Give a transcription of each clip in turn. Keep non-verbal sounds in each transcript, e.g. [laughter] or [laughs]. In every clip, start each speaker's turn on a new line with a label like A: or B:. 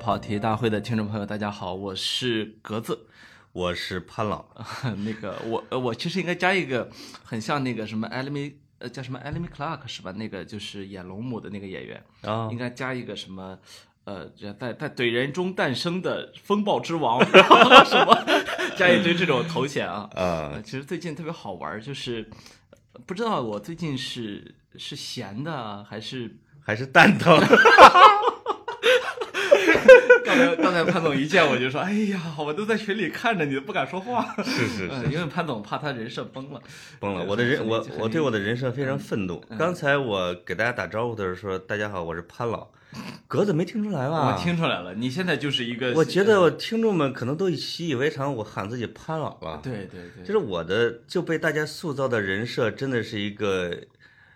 A: 跑题大会的听众朋友，大家好，我是格子。 [laughs]
B: 我是潘老，
A: 那个我呃我其实应该加一个很像那个什么艾丽米呃叫什么艾丽米 Clark 是吧？那个就是演龙母的那个演员，
B: 啊
A: 应该加一个什么呃这在在怼人中诞生的风暴之王 [laughs] 什么，加一堆这种头衔啊。
B: 呃
A: 呃，其实最近特别好玩儿，就是呃不知道我最近是是闲的啊还是 [laughs]
B: 还是蛋疼。
A: 刚才刚才潘总一见我就说，哎呀，我都在群里看着你，都不敢说话。
B: 是是
A: 呃
B: 是，
A: 因为潘总怕他人设崩了。
B: 崩了！
A: 呃
B: 我的人，
A: 很
B: 我
A: 很嗯
B: 我对我的人设非常愤怒。刚才我给大家打招呼的时候说：“大家好，我是潘老。”格子没听出来吧？
A: 我，听出来了，你现在就是一个，
B: 啊我觉得听众们可能都习以为常，我喊自己潘老了。
A: 对对对，
B: 就是我的就被大家塑造的人设真的是一个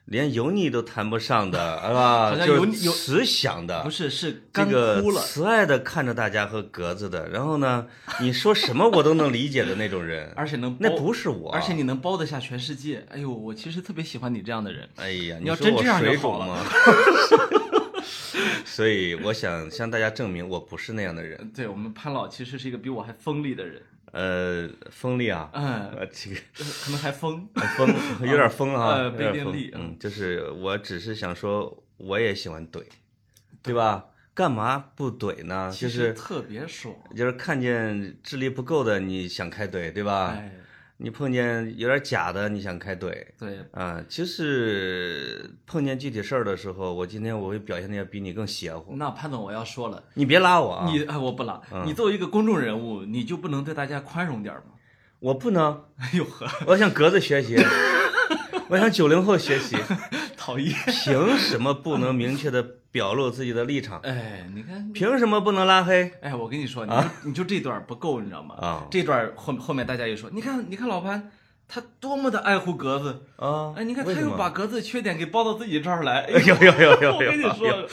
B: 连油腻都谈不
A: [laughs]
B: 上的，啊，
A: 好像油
B: 就
A: 腻
B: 是
A: 有
B: 慈祥的
A: 不，是是
B: 这
A: 干
B: 个
A: 枯了，，
B: 慈爱的看着大家和格子的，然后呢，你说什么我都能理解的那种人
A: [laughs] 而且能包
B: 那不是我，啊
A: 而且你能包得下全世界。哎呦，我其实特别喜欢你这样的人。
B: 哎呀，
A: 你要
B: 说
A: 真
B: 我
A: 这样就
B: 水
A: 好
B: 肿
A: 了
B: 吗？ [laughs] 所以我想向大家证明，我不是那样的人。
A: 对我们潘老其实是一个比我还锋利的人，
B: 呃，锋利啊，
A: 嗯，
B: 呃，这个
A: 可能还疯。 [laughs]
B: 锋有点疯啊，
A: 呃
B: 有点
A: 被电
B: 疯
A: 力
B: 嗯，就是我只是想说，我也喜欢怼，对吧？干嘛不怼呢？
A: 其
B: 就
A: 实
B: 是
A: 特别爽。
B: 就是看见智力不够的，你想开怼，对吧？
A: 哎，
B: 你碰见有点假的，你想开怼。
A: 对，
B: 啊，其实碰见具体事儿的时候，我今天我会表现的要比你更邪乎。
A: 那潘总我要说了，
B: 你别拉我啊！
A: 你哎我不拉，你作为一个公众人物，你就不能对大家宽容点儿吗？ [laughs]
B: 我不能，
A: 哎呦呵，
B: 我向格子学习， [laughs] 我向九零后学习，
A: 讨厌。 [laughs]
B: 凭什么不能明确的表露自己的立场？
A: 哎，你看
B: 凭什么不能拉黑？
A: 哎，我跟你说，你就、你就这段儿不够，你知道吗？
B: 啊
A: 这段儿后后面大家一说，你看你看老潘，他多么的爱护格子，
B: 啊！
A: 哎，你看他
B: 为什
A: 又
B: 么
A: 把格子的缺点给包到自己这儿来，哎
B: 哎呦呦呦呦
A: [laughs]
B: 哎
A: 我跟你
B: 呦！啊
A: 说，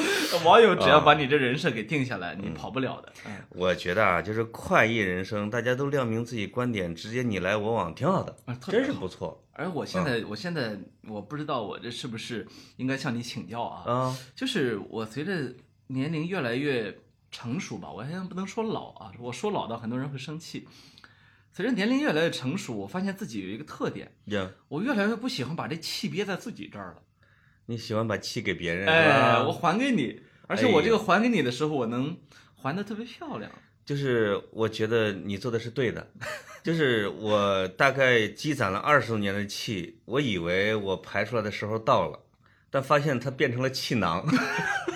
A: 网友只要把你这人设给定下来，你跑不了的。嗯
B: 我觉得啊，就是快意人生，大家都亮明自己观点，直接你来我往，挺好的
A: 啊，特别
B: 真是不错
A: 而哎我
B: 嗯
A: 现在，我现在我不知道我这是不是应该向你请教啊？
B: 啊！
A: 就是我随着年龄越来越成熟吧，我现在不能说老啊，我说老的很多人会生气。随着年龄越来越成熟，我发现自己有一个特点，
B: 呀，
A: 我越来越不喜欢把这气憋在自己这儿了。
B: 你喜欢把气给别人，是
A: 哎，
B: 吧
A: 我还给你，而且我这个还给你的时候，我能还的特别漂亮。
B: 就是我觉得你做的是对的， [laughs] 就是我大概积攒了二十多年的气，我以为我排出来的时候到了，但发现它变成了气囊， [laughs]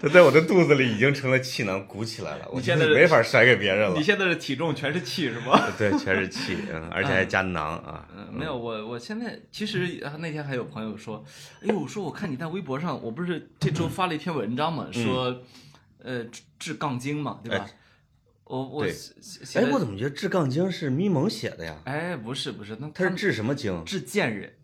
B: 它在我的肚子里已经成了气囊，鼓起来了，我
A: 你
B: 觉
A: 现
B: 得
A: 在
B: 没法甩给别人了
A: 你。现在的体重全是气是 [laughs] 吧？
B: 对，全是气，嗯，而且还加囊啊，
A: 嗯，没有，我我现在其实呃那天还有朋友说，哎呦，我说我看你在微博上，我不是这周发了一篇文章
B: 嗯
A: 嘛，说，呃，治治杠精嘛，对吧？我我
B: 哎对
A: 写
B: 哎，我
A: 的
B: 怎么觉得治杠精是咪蒙写的呀？
A: 哎，不是不是，那
B: 他是治什么
A: [laughs]
B: 精？
A: 治贱人，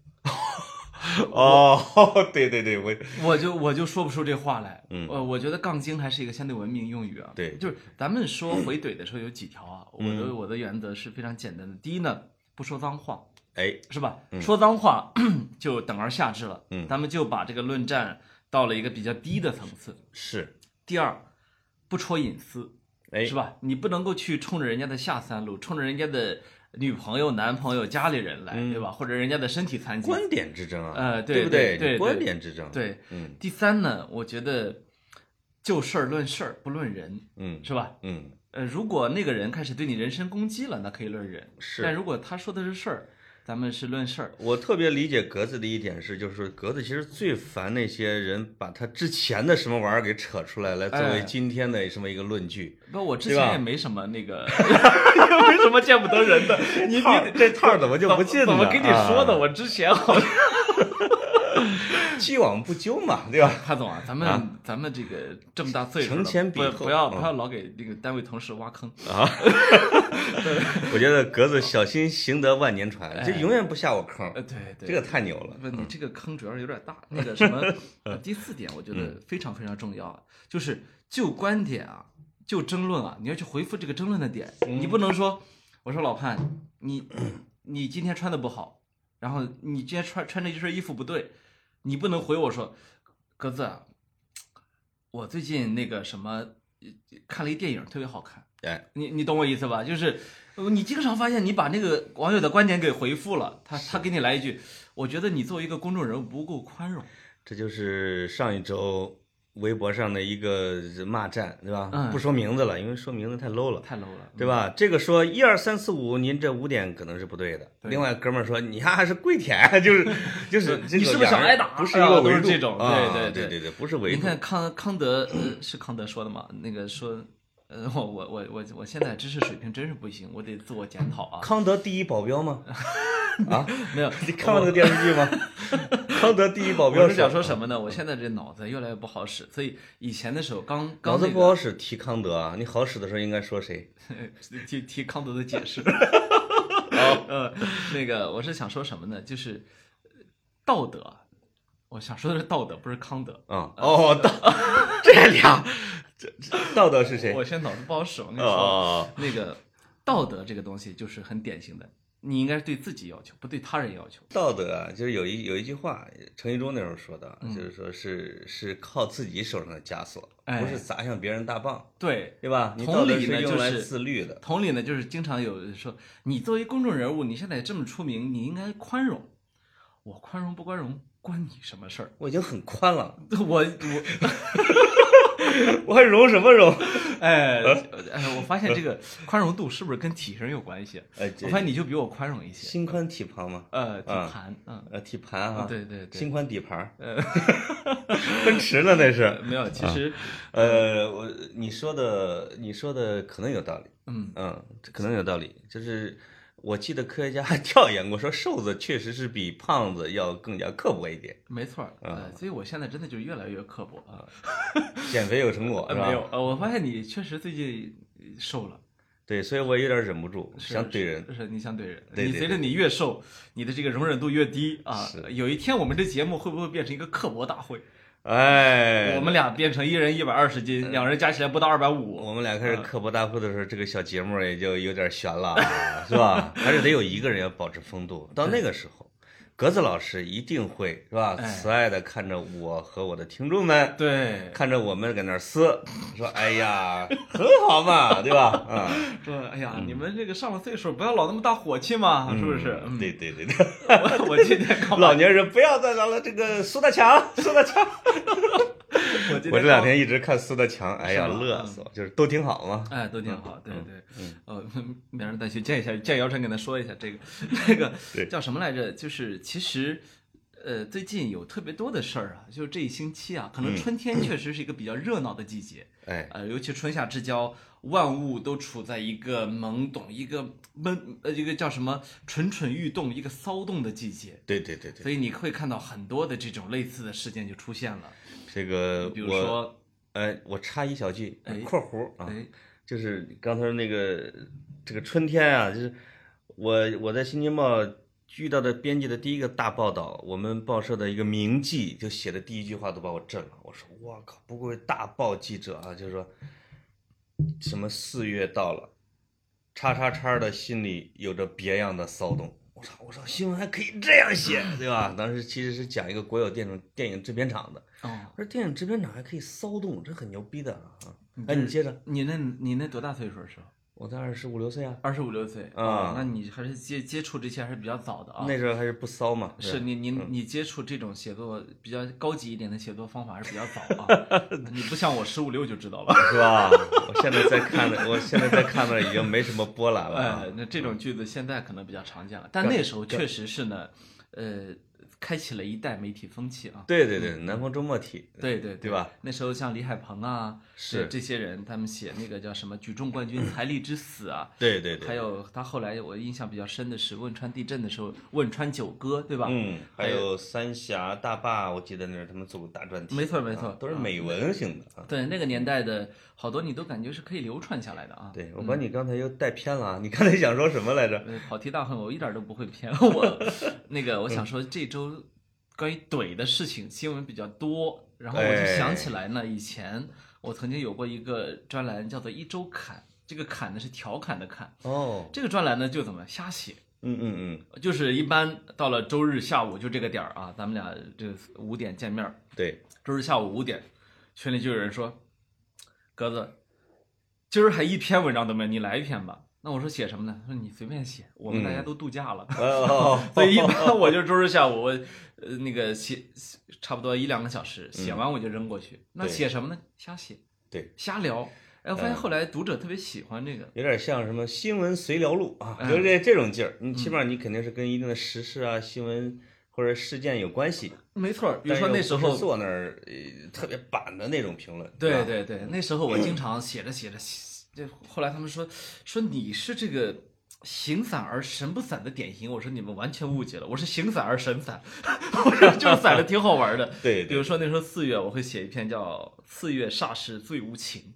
B: 哦， [laughs] 对对对，我
A: 我就我就说不出这话来。
B: 嗯
A: 呃，我觉得杠精还是一个相对文明用语啊。
B: 对
A: 就是咱们说回怼的时候有几条啊，我的
B: 嗯
A: 我的原则是非常简单的。第一呢，不说脏话，
B: 哎，
A: 是吧？说脏话 [clears throat] 就等而下之了。
B: 嗯
A: 咱们就把这个论战到了一个比较低的层次。
B: 是，
A: 第二，不戳隐私，
B: 哎，
A: 是吧？你不能够去冲着人家的下三路，冲着人家的女朋友、男朋友、家里人来，
B: 嗯
A: 对吧？或者人家的身体残疾，
B: 观点之争啊，
A: 呃对
B: 对不
A: 对对对
B: 你观点之争，，
A: 对。
B: 嗯
A: 第三呢，我觉得就事儿论事儿，不论人，
B: 嗯
A: 是吧？
B: 嗯。
A: 呃，如果那个人开始对你人身攻击了，那可以论人；
B: 是
A: 但如果他说的是事儿，咱们是论事儿。
B: 我特别理解格子的一点是，就是说格子其实最烦那些人把他之前的什么玩意儿给扯出来，来作
A: 哎
B: 为今天的什么一个论据。
A: 不，我之
B: 对
A: 前
B: 吧
A: 也没什么那个， [laughs] 也没什么见不得人
B: [laughs]
A: 的。你你
B: 套这套怎么就不进呢？
A: 怎么跟你说的？
B: 啊？
A: 我之前好像啊
B: 既往不咎嘛，对吧？
A: [laughs] 潘总啊，咱们咱们这个这么大岁数了，
B: 承前
A: 不
B: 启后
A: 不要
B: 嗯
A: 不要老给那个单位同事挖坑。
B: 我觉得格子小心行得万年船，这
A: 哎
B: 永远不下我坑
A: 呃，，对对，
B: 这个太牛了。
A: 问你这个坑主要是有点大。那个什么，呃第四点我觉得非常非常重要啊，就是就观点啊，就争论啊，你要去回复这个争论的点，你不能说，我说老潘，你你今天穿的不好，然后你今天穿穿这身衣服不对，你不能回我说，格子啊，我最近那个什么看了一电影，特别好看。
B: 哎，
A: 你你懂我意思吧？就是呃你经常发现你把那个网友的观点给回复了，他他给你来一句，我觉得你作为一个公众人物不够宽容。
B: 这就是上一周微博上的一个骂战，对吧？
A: 嗯
B: 不说名字了，因为说名字太 low 了。
A: 太 low 了，
B: 对吧？这个说一二三四五，您这五点可能是不对的。
A: 对
B: 另外哥们儿说，你还还是跪舔， [laughs] 就是就是这个
A: 你是不是想
B: 两人
A: 挨打
B: 不是一个维
A: 啊
B: 度
A: 都是这种
B: 啊
A: 对
B: 对
A: 对对
B: 对对，不是
A: 嗯
B: 维
A: 你
B: 度。
A: 看康康德呃是康德说的嘛？那个说，呃，我我我我我现在知识水平真是不行，我得自我检讨啊。
B: 康德第一保
A: [laughs]
B: 镖吗？啊，
A: 没
B: [laughs]
A: 有，
B: 你看过那个电视剧吗？康德第一保镖
A: 哦我是想说什么呢？我现在这脑子越来越不好使，所以以前的时候刚
B: 脑
A: 刚
B: 子
A: 那
B: 不
A: 个
B: 好使提康德啊，你好使的时候应该说谁？
A: [laughs] 提提康德的解
B: [laughs]
A: 释， [laughs] 呃，那个我是想说什么呢？就是呃道德，我想说的是道德，不是康德。
B: 啊、哦，道 [laughs] 这俩，这这道德是谁？
A: 我现在脑子不好使，我跟你
B: 哦
A: 说，
B: 哦，哦
A: 那个道德这个东西就是很典型的，你应该是对自己要求，不对他人要求。
B: 道德啊，就是有一有一句话，陈一中那时候说的，
A: 嗯
B: 就是说是是靠自己手上的枷锁，
A: 哎
B: 不是砸向别人大棒，
A: 对，
B: 对吧？你
A: 同
B: 道德
A: 理呢
B: 用
A: 就
B: 来
A: 是
B: 自律的，
A: 同理呢，就是经常有人说，你作为公众人物，你现在这么出名，你应该宽容。我宽容不宽容，关你什么事儿？ [laughs]
B: 我已经很宽了，
A: 我我
B: 我还容什么容？
A: [laughs] 哎
B: [laughs]
A: 哎，我发现这个宽容度是不是跟体型有关系？
B: 哎，
A: 我
B: 这
A: 发现你就比我宽容一些。
B: 心宽体胖吗？
A: 呃，挺
B: 啊
A: 寒，嗯，
B: 呃，体盘哈，
A: 对对对
B: 心宽底盘儿，
A: 呃，
B: [laughs] 奔驰呢那是。
A: 没有，其实，
B: 呃，我你说的你说的可能有道理，
A: 嗯，
B: 嗯，这可能有道理。就是我记得科学家还调研过，说瘦子确实是比胖子要更加刻薄一点，
A: 没错
B: 啊
A: 儿，呃，所以我现在真的就越来越刻薄啊。
B: 减肥有成果
A: 呃
B: 是吧？
A: 没有，。呃，我发现你确实最近呃瘦了，
B: 对，所以我有点忍不住
A: 是
B: 想怼人。
A: 是是你想怼人，
B: 对对
A: 你随着你越瘦，你的这个容忍度越低啊
B: 是。
A: 有一天我们这节目会不会变成一个刻薄大会？
B: 哎，
A: 我们俩变成一人一百二十斤，两人加起来不到二百五。
B: 我们俩开
A: 嗯
B: 始刻薄大会的时候，这个小节目也就有点悬了啊，是吧？还是得有一个人要保持风度。到那个时候，格子老师一定会是吧？
A: 哎
B: 慈爱的看着我和我的听众们，
A: 对，
B: 看着我们在那儿撕，说：“哎呀，很好嘛，对吧？”
A: [laughs]
B: 啊，
A: 说哎呀，你们这个上了岁数，不要老那么大火气嘛，是不是？嗯
B: 对对
A: [laughs]
B: 对对，
A: 我我今
B: [laughs]
A: 天刚，
B: 老年人不要再拿了这个苏大强，
A: [laughs]
B: 苏大强。
A: 我今
B: 我
A: 天
B: 这两
A: 刚
B: 天一直看苏大强，哎呀，
A: 是吧嗯
B: 乐死我，就是都挺好嘛。
A: 哎，都挺好，
B: 嗯
A: 对对，呃， [laughs] 明儿再去见一下，见姚晨给他说一下这个，那个
B: 对
A: 叫什么来着？就是其实，呃，最近有特别多的事儿啊，就是这一星期啊，
B: 嗯
A: 可能春天确实是一个比较热闹的季节，
B: 哎，
A: 呃，尤其春夏之交，万物都处在一个懵懂、一个闷呃，一个叫什么蠢蠢欲动、一个骚动的季节，
B: 对对对对，
A: 所以你会看到很多的这种类似的事件就出现了，
B: 这个
A: 比如
B: 我
A: 说，
B: 呃，我插一小句
A: 哎，
B: 括弧啊，
A: 哎，
B: 就是刚才那个这个春天啊，就是我我在新京报遇到的编辑的第一个大报道，我们报社的一个名记就写的第一句话都把我震了。我说我靠，不愧大报记者啊，就是说什么四月到了，叉叉叉的心里有着别样的骚动。我操！我操，新闻还可以这样写，对吧？当时其实是讲一个国有电影电影制片厂的，
A: 哦。
B: 我说电影制片厂还可以骚动，这很牛逼的啊！
A: 这
B: 哎，你接着，
A: 你那，你那多大岁数的时候？
B: 我才二十五六岁啊，
A: 二十五六岁哦
B: 啊
A: 那你还是接接触这些还是比较早的啊。
B: 那时嗯候还是不骚嘛，
A: 是你你你接触这种写作比较高级一点的写作方法还是比较早
B: [laughs]
A: 啊，你不像我十五六就知道了。
B: 是吧？ [laughs] 我现在在看的，我现在在看的已经没什么波澜了啊
A: 哎，，那这种句子现在可能比较常见了，但那时候确实是呢，呃，开启了一代媒体风气啊。
B: 对对对，南方周末体，
A: 对对
B: 对吧？
A: 那时候像李海鹏啊，
B: 是
A: 这些人，他们写那个叫什么“举重冠
B: [clears throat]
A: 军财力之死”啊，
B: 对对对，
A: 还有他后来我印象比较深的是汶川地震的时候，汶川九歌，对吧？
B: 嗯，还有三峡大坝，我记得那是他们做过大专题，
A: 没错没错
B: 啊都是美文型的啊。
A: 对，那个年代的好多你都感觉是可以流传下来的啊。
B: 对，我把你刚才又带偏了啊！你刚才想说什么来着？
A: 呃，跑题大亨我一点都不会偏，
B: [laughs]
A: 我那个我
B: 嗯
A: 想说这周关于怼的事情新闻比较多，然后我
B: 哎
A: 就想起来呢，以前我曾经有过一个专栏叫做《一周侃》，这个侃呢是调侃的侃，
B: 哦，
A: 这个专栏呢就怎么瞎写。
B: 嗯嗯嗯，
A: 就是一般到了周日下午就这个点儿啊，咱们俩这五点见面儿， [laughs]
B: 对，
A: 周日下午五点，群里就有人说：“鸽子，今儿还一篇文章都没有，你来一篇吧。那我说写什么呢？他说你随便写，我们大
B: 嗯
A: 家都度假
B: [laughs]
A: 了，
B: 哦，
A: 所以一般我就周日下午我呃那个写差不多一两个小时，写完我就扔过去。那
B: 嗯对
A: 写什么呢？瞎写，
B: 对，嗯
A: 瞎聊。哎，我发现后来读者特别喜欢这个，
B: 有点像什么新闻随聊录啊，
A: 嗯
B: 就是这这种劲儿。你起码你肯定是跟一定的时事啊、新闻或者事件有关系。
A: 没错。比如
B: 但
A: 说
B: 又
A: 那
B: 不
A: 时
B: 是
A: 候
B: 坐那儿呃特别板的那种评论，
A: 对
B: 吧，
A: 对对，那时候我经常写着写着，这后来他们说说你是这个形散而神不散的典型，我说你们完全误解了，我是形散而神散， [laughs] 我说就是散的挺好玩的。
B: 对
A: 比
B: 对。
A: 如说那时候四月，我会写一篇叫《四月煞是最无情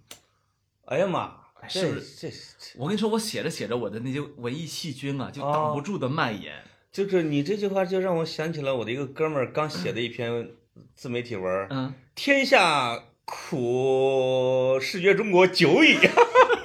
B: 哎呀妈，
A: 哎
B: 这
A: 是不
B: 这这》，
A: 我跟你说，我写着写着，我的那些文艺细菌啊，就挡不住的蔓延。
B: 就是你这句话就让我想起了我的一个哥们儿刚写的一篇自媒体文儿，
A: 嗯，
B: 天下苦，视觉中国久矣。 [laughs]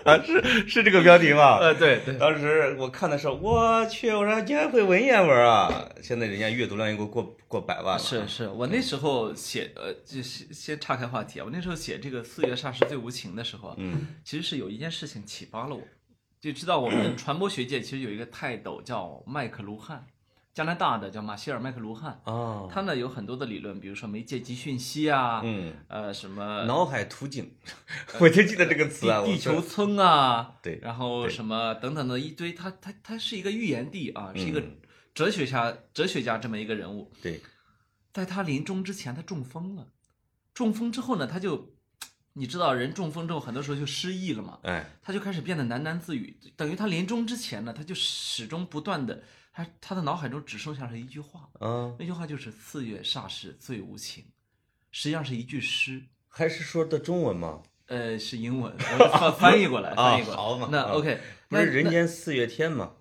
B: 啊，是是这个标题吗？
A: 呃，对对，
B: [laughs] 当时我看的时候，我去，我说你还会文言文啊！现在人家阅读量也给我过过百万了。
A: 是是，我那时候写呃，就是先岔开话题啊，我那时候写这个《四月煞是最无情》的时候啊，
B: 嗯，
A: 其实是有一件事情启发了我，就知道我
B: [clears throat]
A: 们传播学界其实有一个泰斗叫麦克卢汉，加拿大的叫马歇尔麦克卢汉，
B: 哦，
A: 他呢有很多的理论，比如说媒介及讯息啊，
B: 嗯，
A: 呃什么
B: 脑海图景， [laughs] 我就记得这个词啊，
A: 地地
B: 我说
A: 球村啊，
B: 对
A: 然后
B: 对
A: 什么等等的一堆，他他他是一个预言帝啊，是一个
B: 嗯
A: 哲学家哲学家这么一个人物，
B: 对，
A: 在他临终之前，他中风了，中风之后呢，他就你知道人中风之后，很多时候就失忆了嘛，
B: 哎，
A: 他就开始变得喃喃自语，等于他临终之前呢，他就始终不断的，他他的脑海中只剩下了一句话，
B: 啊，
A: 那句话就是“四月煞是最无情”，实际上是一句诗，
B: 还是说的中文吗？
A: 呃，是英文，我
B: [laughs]
A: 翻翻译过来，
B: 啊
A: 翻译过来。
B: 好嘛
A: 那
B: 啊
A: OK，
B: 不
A: 那
B: 是人间四月天吗？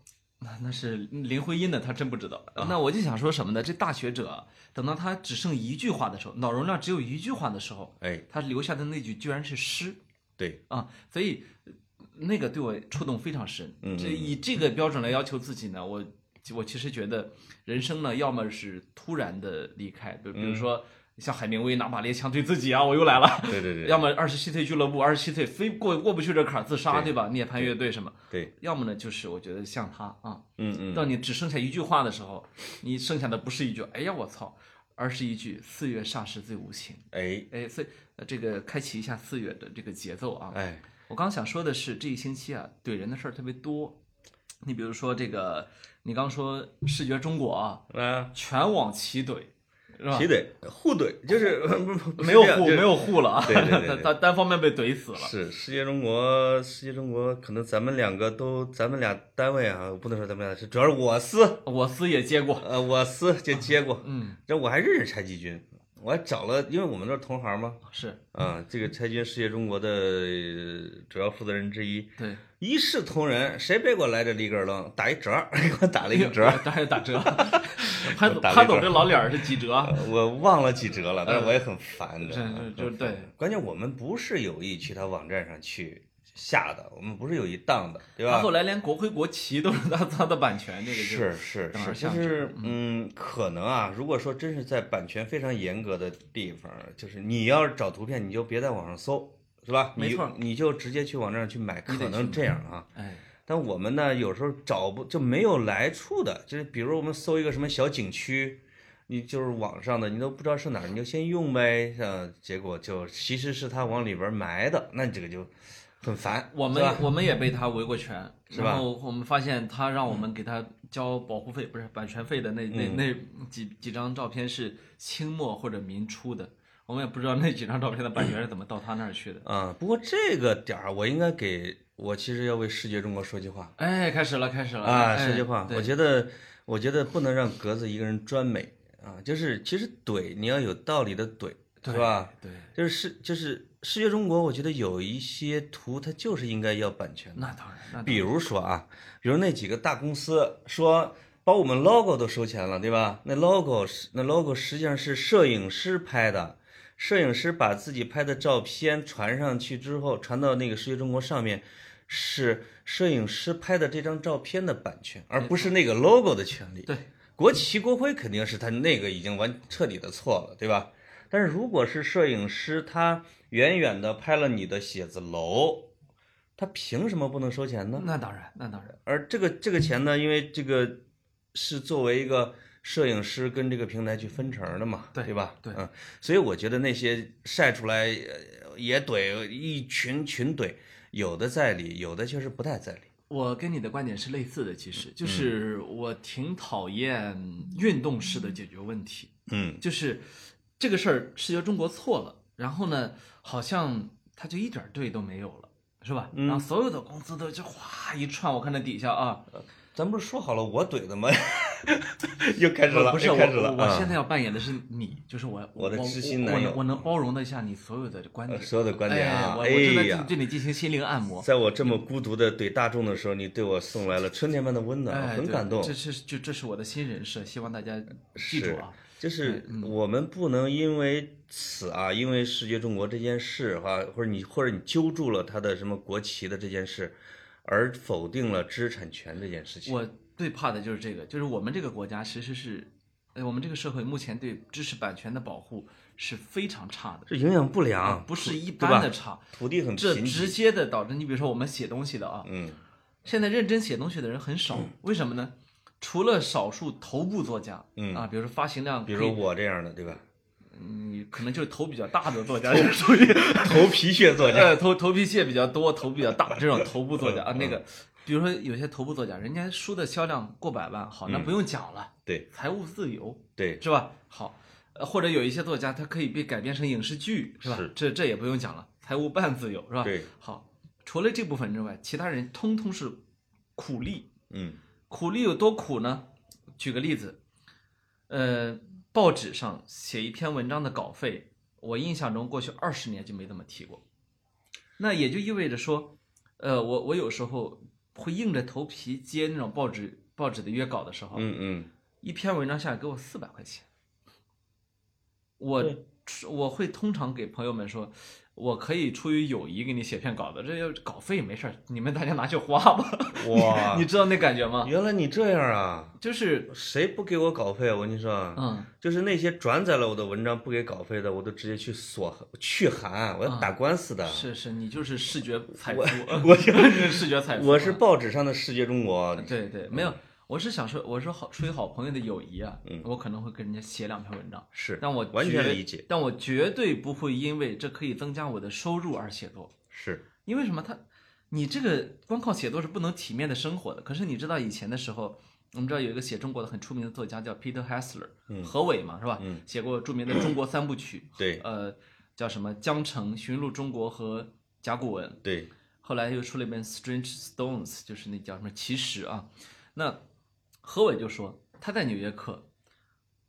A: 那那是林徽因的，他真不知道。
B: 啊
A: 那我就想说什么呢？这大学者啊，等到他只剩一句话的时候，脑容量只有一句话的时候，
B: 哎，
A: 他留下的那句居然是诗。
B: 对，
A: 啊，所以呃那个对我触动非常深。
B: 嗯
A: 这
B: 嗯嗯
A: 以这个标准来要求自己呢，我我其实觉得人生呢，要么是突然的离开，比如比
B: 嗯
A: 如说像海明威拿把猎枪对自己啊，我又来了；
B: 对对对
A: 要么二十七岁俱乐部，二十七岁非过过不去这坎儿自杀，
B: 对
A: 对吧？涅槃乐队什么？
B: 对，
A: 要么呢，就是我觉得像他啊，
B: 嗯嗯，
A: 当你只剩下一句话的时候，你剩下的不是一句“哎呀我操”，而是一句“四月霎时最无情
B: 哎”。
A: 哎，所以呃这个开启一下四月的这个节奏啊。
B: 哎，
A: 我刚想说的是，这一星期啊，怼人的事儿特别多。你比如说这个，你刚说视觉中国啊，
B: 啊，
A: 全网齐怼，是吧
B: 齐？怼互怼，就是 [laughs] 不是
A: 没有
B: 这样
A: 户
B: 就是
A: 没有户了啊，
B: 对对对对
A: 他单方面被怼死了。
B: 是世界中国，世界中国，可能咱们两个都，咱们俩单位啊，不能说咱们俩是，主要是我司，
A: 我司也接过，
B: 呃，我司就
A: [laughs]
B: 接过，
A: 嗯，
B: 这我还认识柴继军，我还找了，因为我们都是同行嘛，
A: 是
B: 啊，这个柴继军世界中国的呃主要负责人之一，
A: 对，
B: 一视同仁，谁别给我来这里根楞，打一折儿， [laughs] 给我打了一个折儿，
A: 当然打折。
B: [laughs]
A: 潘总
B: 打了一
A: 潘总
B: 折
A: 这老脸儿是几折？
B: 呃我忘了几折了，但是我也很烦的，
A: 嗯
B: 嗯
A: 是就是对，
B: 关键我们不是有意去他网站上去下的，我们不是有意当的，对吧？
A: 他后来连国徽国旗都是他他的版权，这个就是
B: 是
A: 等
B: 是，
A: 而
B: 就
A: 下之
B: 是嗯，可能啊，如果说真是在版权非常严格的地方，就是你要是找图片，你就别在网上搜，是吧？
A: 没
B: 你
A: 错
B: 你就直接去网站上去买，
A: 你得
B: 可能
A: 去
B: 这样啊。
A: 哎，
B: 但我们呢，有时候找不就没有来处的，就是比如我们搜一个什么小景区，你就是网上的，你都不知道是哪儿，你就先用呗，呃，结果就其实是他往里边埋的，那你这个就很烦，
A: 我
B: 是吧
A: 们我们也被他围过权，
B: 是吧
A: 然后我们发现他让我们给他交保护费，不是版权费的那那
B: 嗯
A: 那几几张照片是清末或者民初的，我们也不知道那几张照片的版权是怎么到他那儿去的。
B: 啊，不过这个点儿我应该给我其实要为视觉中国说句话
A: 哎，开始了，开始了
B: 啊，
A: 哎
B: 说句话，
A: 对
B: 我觉得我觉得不能让格子一个人专美啊，就是其实怼你要有道理的怼，是
A: 对
B: 吧？
A: 对，
B: 就是视就是视觉中国，我觉得有一些图它就是应该要版权的，
A: 那当然，那
B: 比如说啊，比如那几个大公司说。把我们 logo 都收钱了，对吧？那 logo 是那 logo 实际上是摄影师拍的，摄影师把自己拍的照片传上去之后，传到那个视觉中国上面，是摄影师拍的这张照片的版权，而不是那个 logo 的权利。
A: 对，
B: 国旗、国徽肯定是他那个已经完彻底的错了，对吧？但是如果是摄影师，他远远的拍了你的写字楼，他凭什么不能收钱呢？
A: 那当然，那当然，
B: 而这个这个钱呢，因为这个是作为一个摄影师跟这个平台去分成的嘛，
A: 对
B: 对吧？
A: 对
B: 嗯，所以我觉得那些晒出来呃也怼一群群怼，有的在理，有的确实不太在理。
A: 我跟你的观点是类似的，其实
B: 嗯
A: 就是我挺讨厌运动式的解决问题。
B: 嗯
A: 就是这个事儿是由中国错了，然后呢，好像他就一点儿对都没有了，是吧？然后
B: 嗯
A: 所有的工资都就哗一串，我看那底下啊，
B: 咱不是说好了我怼的吗？ [laughs] 又开始了，
A: 呃不是
B: 又
A: 我，
B: 开始了。
A: 我我
B: 啊
A: 现在要扮演的是你，就是我，
B: 我的知心
A: 我
B: 男友
A: 我我能包容得下你所有的观点，
B: 所有的观点啊
A: 哎，我我
B: 哎
A: 正在
B: 呀
A: 对你进行心灵按摩。
B: 在我这么孤独的怼大众的时候，你对我送来了春天般的温暖，
A: 哎，
B: 我很
A: 对
B: 感动。
A: 这是就这是我的新人设，希望大家记
B: 是
A: 住啊。
B: 就是我们不能因为此啊，因为视觉中国这件事哈、或者你或者你揪住了他的什么国旗的这件事，而否定了知识产权这件事情。
A: 我最怕的就是这个，就是我们这个国家其实是，呃，我们这个社会目前对知识版权的保护是非常差的，
B: 这营养不良，
A: 呃不是
B: 土
A: 一
B: 对
A: 般
B: 吧
A: 的差，
B: 土地很
A: 这
B: 贫瘠。
A: 直接的导致你比如说我们写东西的啊，
B: 嗯，
A: 现在认真写东西的人很少，为什么呢？除了少数头部作家，
B: 嗯
A: 啊，比如说发行量可
B: 比
A: 以，嗯
B: 如说我这样的，对吧？ [laughs]
A: 你可能就是头比较大的作家，就是属于
B: 头皮屑作
A: [laughs]
B: 家，
A: 呃头头皮屑比较多、头比较大这种头部作
B: 嗯
A: 家啊，那个，比如说有些头部作家，人家书的销量过百万，好，那
B: 嗯
A: 不用讲了，
B: 对
A: 财务自由，
B: 对，
A: 是吧？好，呃，或者有一些作家，他可以被改编成影视剧，是吧？
B: 是
A: 这这也不用讲了，财务半自由，是吧？
B: 对。
A: 好，除了这部分之外，其他人通通是苦力。
B: 嗯
A: 苦力有多苦呢？举个例子，呃，报纸上写一篇文章的稿费，我印象中过去二十年就没怎么提过。那也就意味着说，呃，我我有时候会硬着头皮接那种报纸报纸的约稿的时候，
B: 嗯
A: [laughs]
B: 嗯，
A: 一篇文章下来给我四百块钱，我
B: 对
A: 我会通常给朋友们说，我可以出于友谊给你写篇稿子，这要稿费没事儿，你们大家拿去花吧。， [laughs]
B: 哇
A: 你知道那感觉吗？
B: 原来啊你这样啊？
A: 就是，
B: 谁不给我稿费啊？我跟你说啊，
A: 嗯，
B: 就是那些转载了我的文章不给稿费的，我都直接去索去函，我要
A: 嗯
B: 打官司的。
A: 是是，你就是视觉财富
B: 我，
A: [laughs] 我就是视觉财富，
B: 我是嗯报纸上的视觉中国，
A: 对对，没有，我是想说，我说好出于好朋友的友谊啊，我可能会跟人家写两篇文章，
B: 是
A: 但我
B: 嗯完全
A: 绝
B: 理解，
A: 但我绝对不会因为这可以增加我的收入而写作，
B: 是
A: 因为什么他？你这个光靠写作是不能体面的生活的。可是你知道以前的时候，我们知道有一个写中国的很出名的作家叫 Peter Hessler，、何伟嘛，是吧？写过著名的中国三部曲，
B: 嗯对
A: 呃，叫什么《江城》《寻路中国》和《甲骨文》。
B: 对，
A: 后来又出了一本《Strange Stones》，就是那叫什么奇石啊。那何伟就说他在纽约客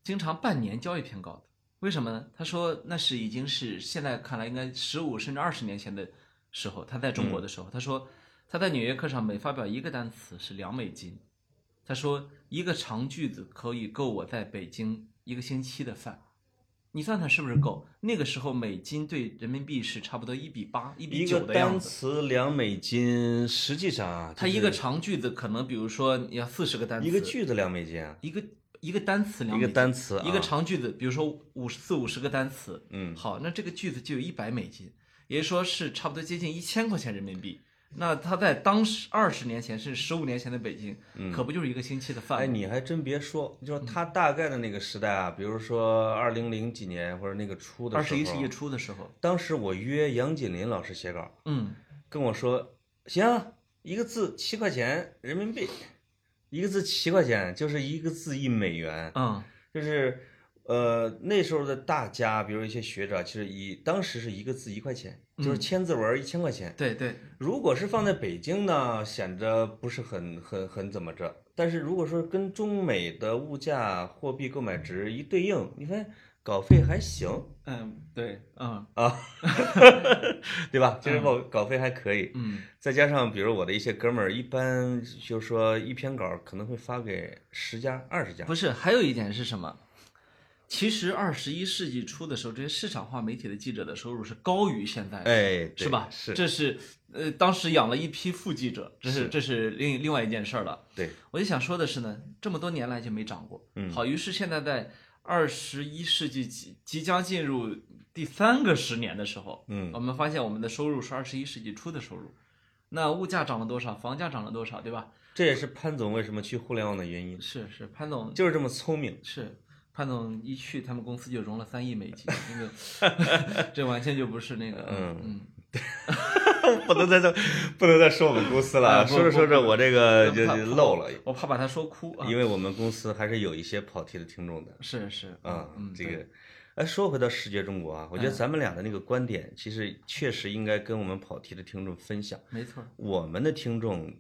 A: 经常半年交一篇稿子，为什么呢？他说那是已经是现在看来应该十五甚至二十年前的时候，他在中国的
B: 嗯
A: 时候，他说他在纽约客上每发表一个单词是两美金。他说一个长句子可以够我在北京一个星期的饭。你算算是不是够？那个时候美金对人民币是差不多一比八、一比
B: 一
A: 九
B: 个
A: 的样
B: 单
A: 子。
B: 词两美金，实际上啊，
A: 它
B: 就是
A: 一个长句子可能，比如说你要四十个单词，
B: 一个句子两美金啊，
A: 一个一个单词两
B: 一
A: 美
B: 个
A: 金
B: 单词啊
A: 一个长句子，比如说五十四五十个单词，
B: 嗯
A: 好，那这个句子就有一百美金，也就是说是差不多接近一千块钱人民币。那他在当时二十年前，甚至十五年前的北京，可不就是一个星期的饭
B: 嗯哎，
A: 吗？
B: 你还真别说，
A: 嗯
B: 就是他大概的那个时代啊，比如说二零零几年或者那个初的
A: 二
B: 时
A: 十
B: 候，
A: 一世纪初的时候，
B: 当时我约杨锦麟老师写稿，
A: 嗯，
B: 跟我说，行啊，一个字七块钱人民币，一个字七块钱就是一个字一美元，
A: 嗯，
B: 就是呃那时候的大家，比如一些学者，其实以当时是一个字一块钱，
A: 嗯
B: 就是千字文儿一千块钱。
A: 对对，
B: 如果是放在北京呢，显着不是很很很怎么着。但是如果说跟中美的物价、货币购买值一对应，你发现稿费还行
A: 嗯对，嗯
B: 啊，对吧？就是稿稿费还可以。
A: 嗯，
B: 再加上比如我的一些哥们儿，一般就是说一篇稿可能会发给十家、二十家。
A: 不是，还有一点是什么？其实二十一世纪初的时候，这些市场化媒体的记者的收入是高于现在的。
B: 哎，对
A: 是吧？
B: 是，
A: 这是呃，当时养了一批副记者，这是这是另另外一件事儿了。
B: 对，
A: 我就想说的是呢，这么多年来就没涨过。嗯，好，于是现在在二十一世纪即即将进入第三个十年的时候，
B: 嗯
A: 哦我们发现我们的收入是二十一世纪初的收入，那物价涨了多少，房价涨了多少，对吧？
B: 这也是潘总为什么去互联网的原因，
A: 是是，潘总
B: 就是这么聪明。 [laughs]
A: 是潘总一去，他们公司就融了三亿美
B: [laughs]
A: 金，那个 [laughs] 这完全就不是那个，嗯嗯，
B: 不能再这，不能再说我们公司了啊，
A: 啊不
B: 说着说着
A: 不
B: 我这个
A: 不
B: 就
A: 怕
B: 就漏了，
A: 我怕把他说哭啊。
B: 因为我们公司还是有一些跑题的听众的
A: 是是
B: 啊
A: 嗯，，
B: 这
A: 对嗯
B: 个。哎，说回到视觉中国啊，我觉得咱们俩的那个观点，其实确实应该跟我们跑题的听众分享。
A: 没错儿，
B: 我们的听众，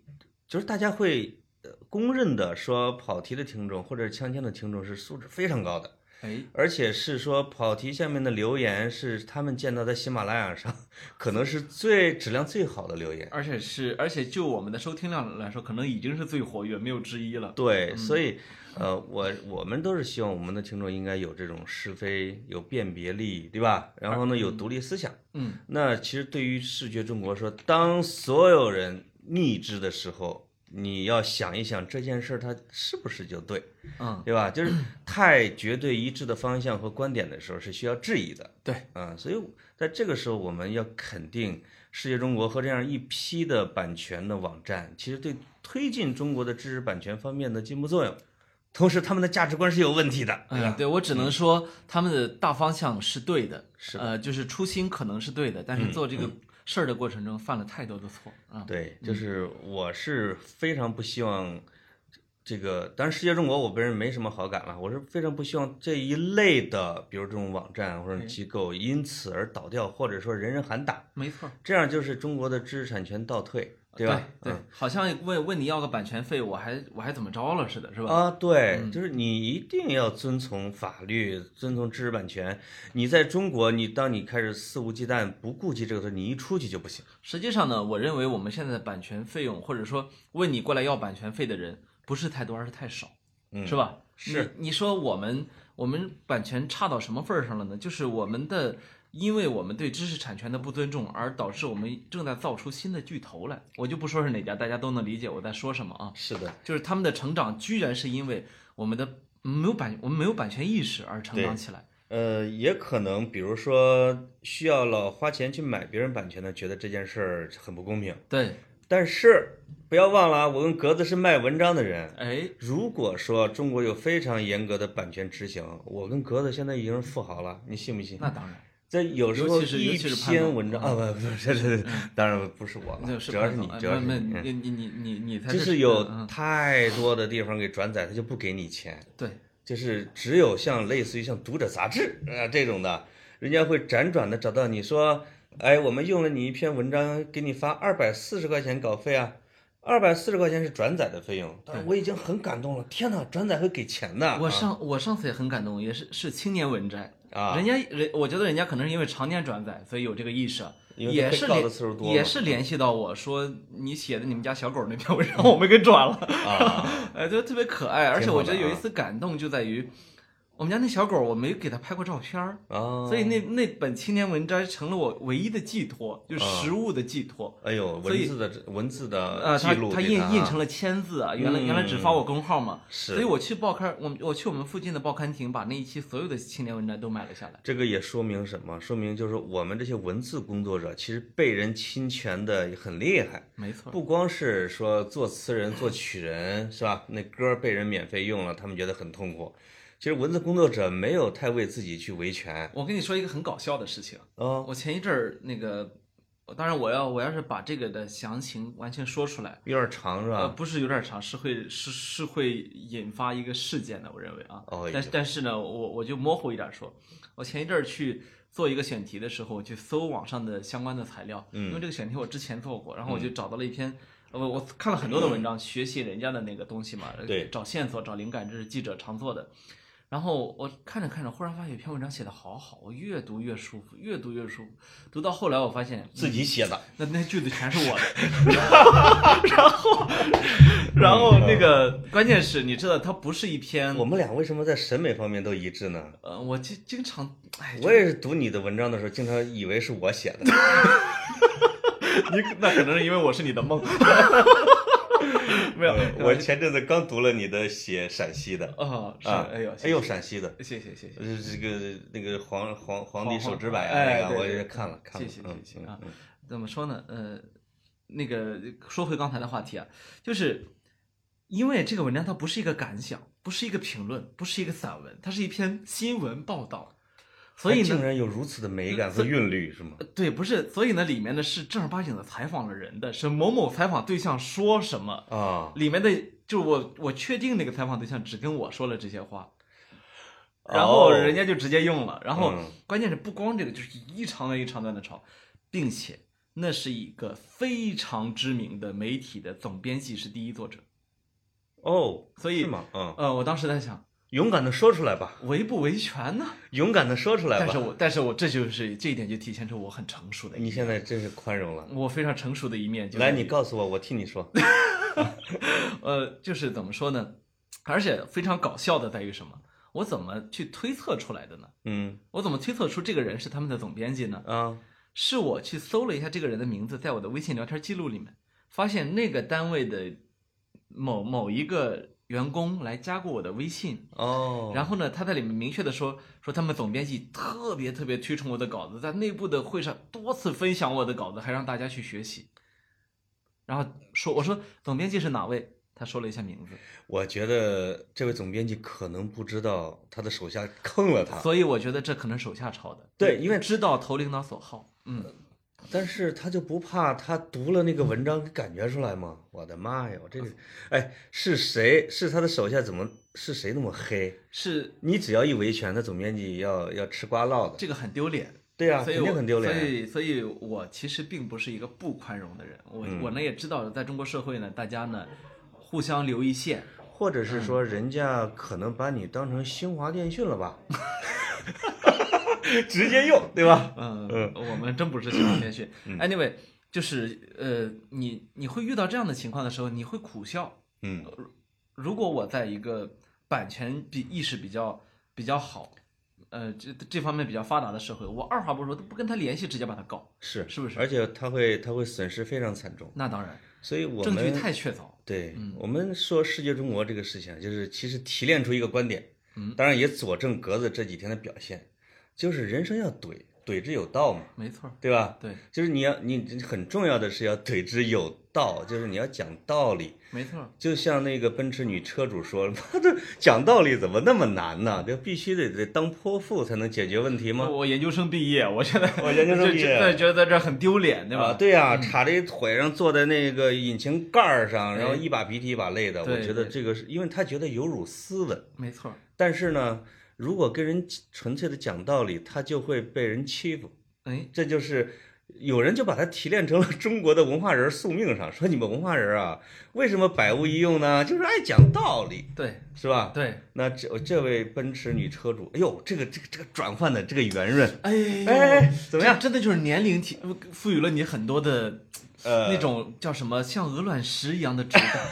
B: 就是大家会呃公认的说，跑题的听众或者锵锵的听众是素质非常高的，
A: 哎，
B: 而且是说跑题下面的留言是他们见到在喜马拉雅上 [laughs] 可能是最质量最好的留言。
A: 而且是而且就我们的收听量来说，可能已经是最活跃，没有之一了。
B: 对，所以，呃，我我们都是希望我们的听众应该有这种是非，有辨别力，对吧？然后呢，有独立思想。
A: 嗯，
B: 那其实对于视觉中国说，当所有人逆之的时候，你要想一想这件事儿它是不是就对，
A: 嗯，
B: 对吧？就是太绝对一致的方向和观点的时候是需要质疑的。
A: 对，
B: 啊，所以在这个时候，我们要肯定视觉中国和这样一批的版权的网站，其实对推进中国的知识版权方面的进步作用，同时他们的价值观是有问题的，
A: 哎呀，对我只能说他们的大方向是对的，嗯
B: 是
A: 呃，就是初心可能是对的，但是做这个事儿的过程中犯了太多的错啊。
B: 对，就是我是非常不希望这个，当然，世界中国我本人没什么好感了，我是非常不希望这一类的，比如这种网站
A: 哎
B: 或者机构因此而倒掉，或者说人人喊打，
A: 没错儿，
B: 这样就是中国的知识产权倒退，对吧？嗯
A: 对，好像问问你要个版权费，我还我还怎么着了似的，是
B: 嗯
A: 吧？
B: 啊，对，就是你一定要遵从法律，遵从知识版权。你在中国，你当你开始肆无忌惮、不顾及这个时候，你一出去就不行。
A: 实际上呢，我认为我们现在的版权费用，或者说问你过来要版权费的人，不是太多，而是太少，
B: 嗯
A: 是吧？
B: 是
A: 你，你说我们我们版权差到什么份儿上了呢？就是我们的，因为我们对知识产权的不尊重，而导致我们正在造出新的巨头来。我就不说是哪家，大家都能理解我在说什么啊。
B: 是的，
A: 就是他们的成长，居然是因为我们的没有版，我们没有版权意识而成长起来。
B: 呃，也可能，比如说需要老花钱去买别人版权的，觉得这件事儿很不公平。
A: 对，
B: 但是不要忘了啊，我跟格子是卖文章的人。
A: 哎，
B: 如果说中国有非常严格的版权执行，我跟格子现在已经是富豪了，你信不信？
A: 那当然，
B: 这有时候
A: 尤其是尤
B: 一
A: 其是潘总
B: 篇文章啊，不不
A: [laughs]
B: 是，这这当然不是我
A: 嗯那
B: 了，
A: 是
B: 主要是你
A: 潘，总
B: 主要
A: 哎
B: 是
A: 没
B: 你
A: 没，
B: 嗯
A: 你你你你才
B: 就是
A: 嗯
B: 有
A: 嗯
B: 太多的地方给转载，他就不给你钱。
A: 对，
B: 就是只有像类似于像读者杂志啊、这种的，人家会辗转的找到你说，哎，我们用了你一篇文章，给你发二百四十块钱稿费啊，二百四十块钱是转载的费用。当然我已经很感动了，天哪，转载会给钱的。
A: 我上我上次也很感动，也是是青年文摘
B: 啊
A: 人家人我觉得人家可能是因为常年转载，所以有这个意识，
B: 因为
A: 也
B: 被
A: 是
B: 告
A: 联
B: 的次数多嘛嗯
A: 也是联系到我说你写的你们家小狗那篇文章我们给转了，
B: [laughs] 啊，
A: 哎，就特别可爱，而且
B: 挺好
A: 我
B: 的
A: 觉得有一
B: 啊
A: 丝感动就在于我们家那小狗我没给它拍过照片儿，[laughs]
B: 啊，
A: 所以那那本青年文摘成了我唯一的寄托，就是
B: 啊
A: 实物的寄托。
B: 哎呦，
A: 所以
B: 文字的文字的
A: 呃，
B: 记
A: 它
B: 录
A: 它
B: 给
A: 印
B: 他
A: 印
B: 啊嗯
A: 成了签字啊，原来原来只发我工号嘛，
B: 是
A: 所以我去报刊，我我去我们附近的报刊亭，把那一期所有的青年文摘都买了下来。
B: 这个也说明什么？说明就是我们这些文字工作者其实被人侵权的也很厉害。
A: 没错，
B: 不光是说作词人、作曲人是吧？那歌儿被人免费用了，他们觉得很痛苦。其实文字工作者没有太为自己去维权
A: 我跟你说一个很搞笑的事情，
B: 啊，
A: 我前一阵儿那个，当然我要我要是把这个的详情完全说出来，
B: 有点长是
A: 呃，
B: 吧？
A: 不是有点长，是会是是会引发一个事件的，我认为啊。
B: 哦
A: 但是但是呢，我我就模糊一点说，我前一阵儿去做一个选题的时候，我去搜网上的相关的材料，
B: 嗯
A: 因为这个选题我之前做过，然后我就找到了一篇。呃我我看了很多的文章，学习人家的那个东西嘛，呃
B: 对
A: 找线索、找灵感，这是记者常做的。然后我看着看着，忽然发现有篇文章写的好好，我越读越舒服，越读越舒服。读到后来，我发现
B: 自己写的，
A: 那那句子全是我的， [laughs] 然后，然后那个嗯关键是，你知道，它不是一篇
B: 我，们俩为什么在审美方面都一致呢？
A: 呃，我经经常，哎，
B: 我也是读你的文章的时候，经常以为是我写的。
A: 你那可能是因为我是你的梦， [laughs] [laughs] 嗯没有，
B: 呃我前阵子刚读了你的写陕西的
A: 哦，是，
B: 啊，
A: 哎呦，
B: 哎呦，陕西的，
A: 谢谢谢谢
B: 呃，这个那个皇皇皇帝
A: 皇
B: 手指板啊
A: 哎
B: 呀，那个
A: 对
B: 我
A: 对
B: 也
A: 对
B: 看了看
A: 谢
B: 了，
A: 谢
B: 嗯
A: 谢谢
B: 嗯
A: 啊
B: 嗯
A: 怎么说呢，呃，那个说回刚才的话题啊，就是因为这个文章它不是一个感想，不是一个评论，不是一个散文，它是一篇新闻报道，所以
B: 还
A: 呢
B: 竟，然有如此的美感和韵律，是吗？
A: 对，不是，所以呢，里面呢是正儿八经的采访了人的，是某某采访对象说什么，
B: 啊，
A: 里面的就是我我确定那个采访对象只跟我说了这些话，然后
B: 哦
A: 人家就直接用了，然后
B: 嗯
A: 关键是不光这个，就是一长段一长段的抄，并且那是一个非常知名的媒体的总编辑是第一作者，
B: 哦，
A: 所以
B: 是吗？嗯，
A: 呃，我当时在想
B: 勇敢的说出来吧，
A: 维不维权呢？
B: 勇敢的说出来
A: 但是
B: 吧。
A: 我但是我这就是这一点就体现出我很成熟的一
B: 你
A: 面，
B: 现在真是宽容了，
A: 我非常成熟的一面就在
B: 来，
A: 于
B: 你告诉我，我替你
A: [laughs]
B: 说。
A: 呃，就是怎么说呢？而且非常搞笑的在于什么？我怎么去推测出来的呢？
B: 嗯
A: 我怎么推测出这个人是他们的总编辑呢？
B: 啊，
A: 是我去搜了一下这个人的名字，在我的微信聊天记录里面，发现那个单位的某某一个员工来加过我的微信，
B: 哦，
A: 然后呢，他在里面明确的说说他们总编辑特别特别推崇我的稿子，在内部的会上多次分享我的稿子，还让大家去学习。然后说我说总编辑是哪位？他说了一下名字。
B: 我觉得这位总编辑可能不知道他的手下坑了他，
A: 所以我觉得这可能手下抄的，
B: 对因为
A: 知道投领导所好，嗯，
B: 但是他就不怕他读了那个文章感觉出来吗？我的妈呀，我这个，哎，是谁？是他的手下怎么是谁那么黑？
A: 是
B: 你只要一维权，他总编辑要要吃瓜落的。
A: 这个很丢脸，
B: 对呀、
A: 所以
B: 啊肯
A: 我
B: 定很丢脸。
A: 所以，所以我其实并不是一个不宽容的人，我、
B: 嗯
A: 我呢也知道，在中国社会呢，大家呢互相留一线，
B: 或者是
A: 嗯
B: 说人家可能把你当成新华电讯
A: [laughs]
B: 了吧，直接用，对吧？
A: 嗯，
B: 嗯
A: 我们真不是新闻编训。anyway，就是呃，你你会遇到这样的情况的时候，你会苦笑，
B: 嗯，
A: 如果我在一个版权比意识比较比较好，呃，这这方面比较发达的社会，我二话不说都不跟他联系，直接把他告。
B: 是
A: 是不是
B: 而且他会他会损失非常惨重，
A: 那当然，
B: 所以我
A: 证据
B: 们
A: 太确凿。
B: 对、
A: 嗯
B: 我们说世界中国这个事情，啊就是其实提炼出一个观点，嗯，当然也佐证格子这几天的表现，就是人生要怼，怼之有道嘛，
A: 没错儿，
B: 对吧？
A: 对，
B: 就是你要你你很重要的是要怼之有道，就是你要讲道理，
A: 没错儿，
B: 就像那个奔驰女车主说：“ [laughs] 妈的，讲道理怎么那么难呢？这必须得得当泼妇才能解决问题吗
A: 我研究生毕业，我觉得
B: 我研究生毕业
A: 就 [laughs] 就觉得在这儿很丢脸，？”对吧？嗯
B: 啊，对呀、插着一腿上坐在那个引擎盖儿上，
A: 哎
B: 然后一把鼻涕一把泪的。
A: 对
B: 我觉得
A: 对
B: 这个是因为他觉得有辱斯文，
A: 没错儿，
B: 但是呢，如果跟人纯粹的讲道理，他就会被人欺负。
A: 哎，
B: 这就是有人就把它提炼成了中国的文化人宿命上，说你们文化人啊，为什么百无一用呢？就是爱讲道理，
A: 对
B: 是吧？
A: 对，
B: 那这这位奔驰女车主，哎呦，这个这个这个转换的这个圆润，
A: 哎
B: 哎哎怎么样
A: 这真的就是年龄提呃赋予了你很多的
B: 呃，
A: 那种叫什么，像鹅卵石一样的质
B: [laughs]
A: 感，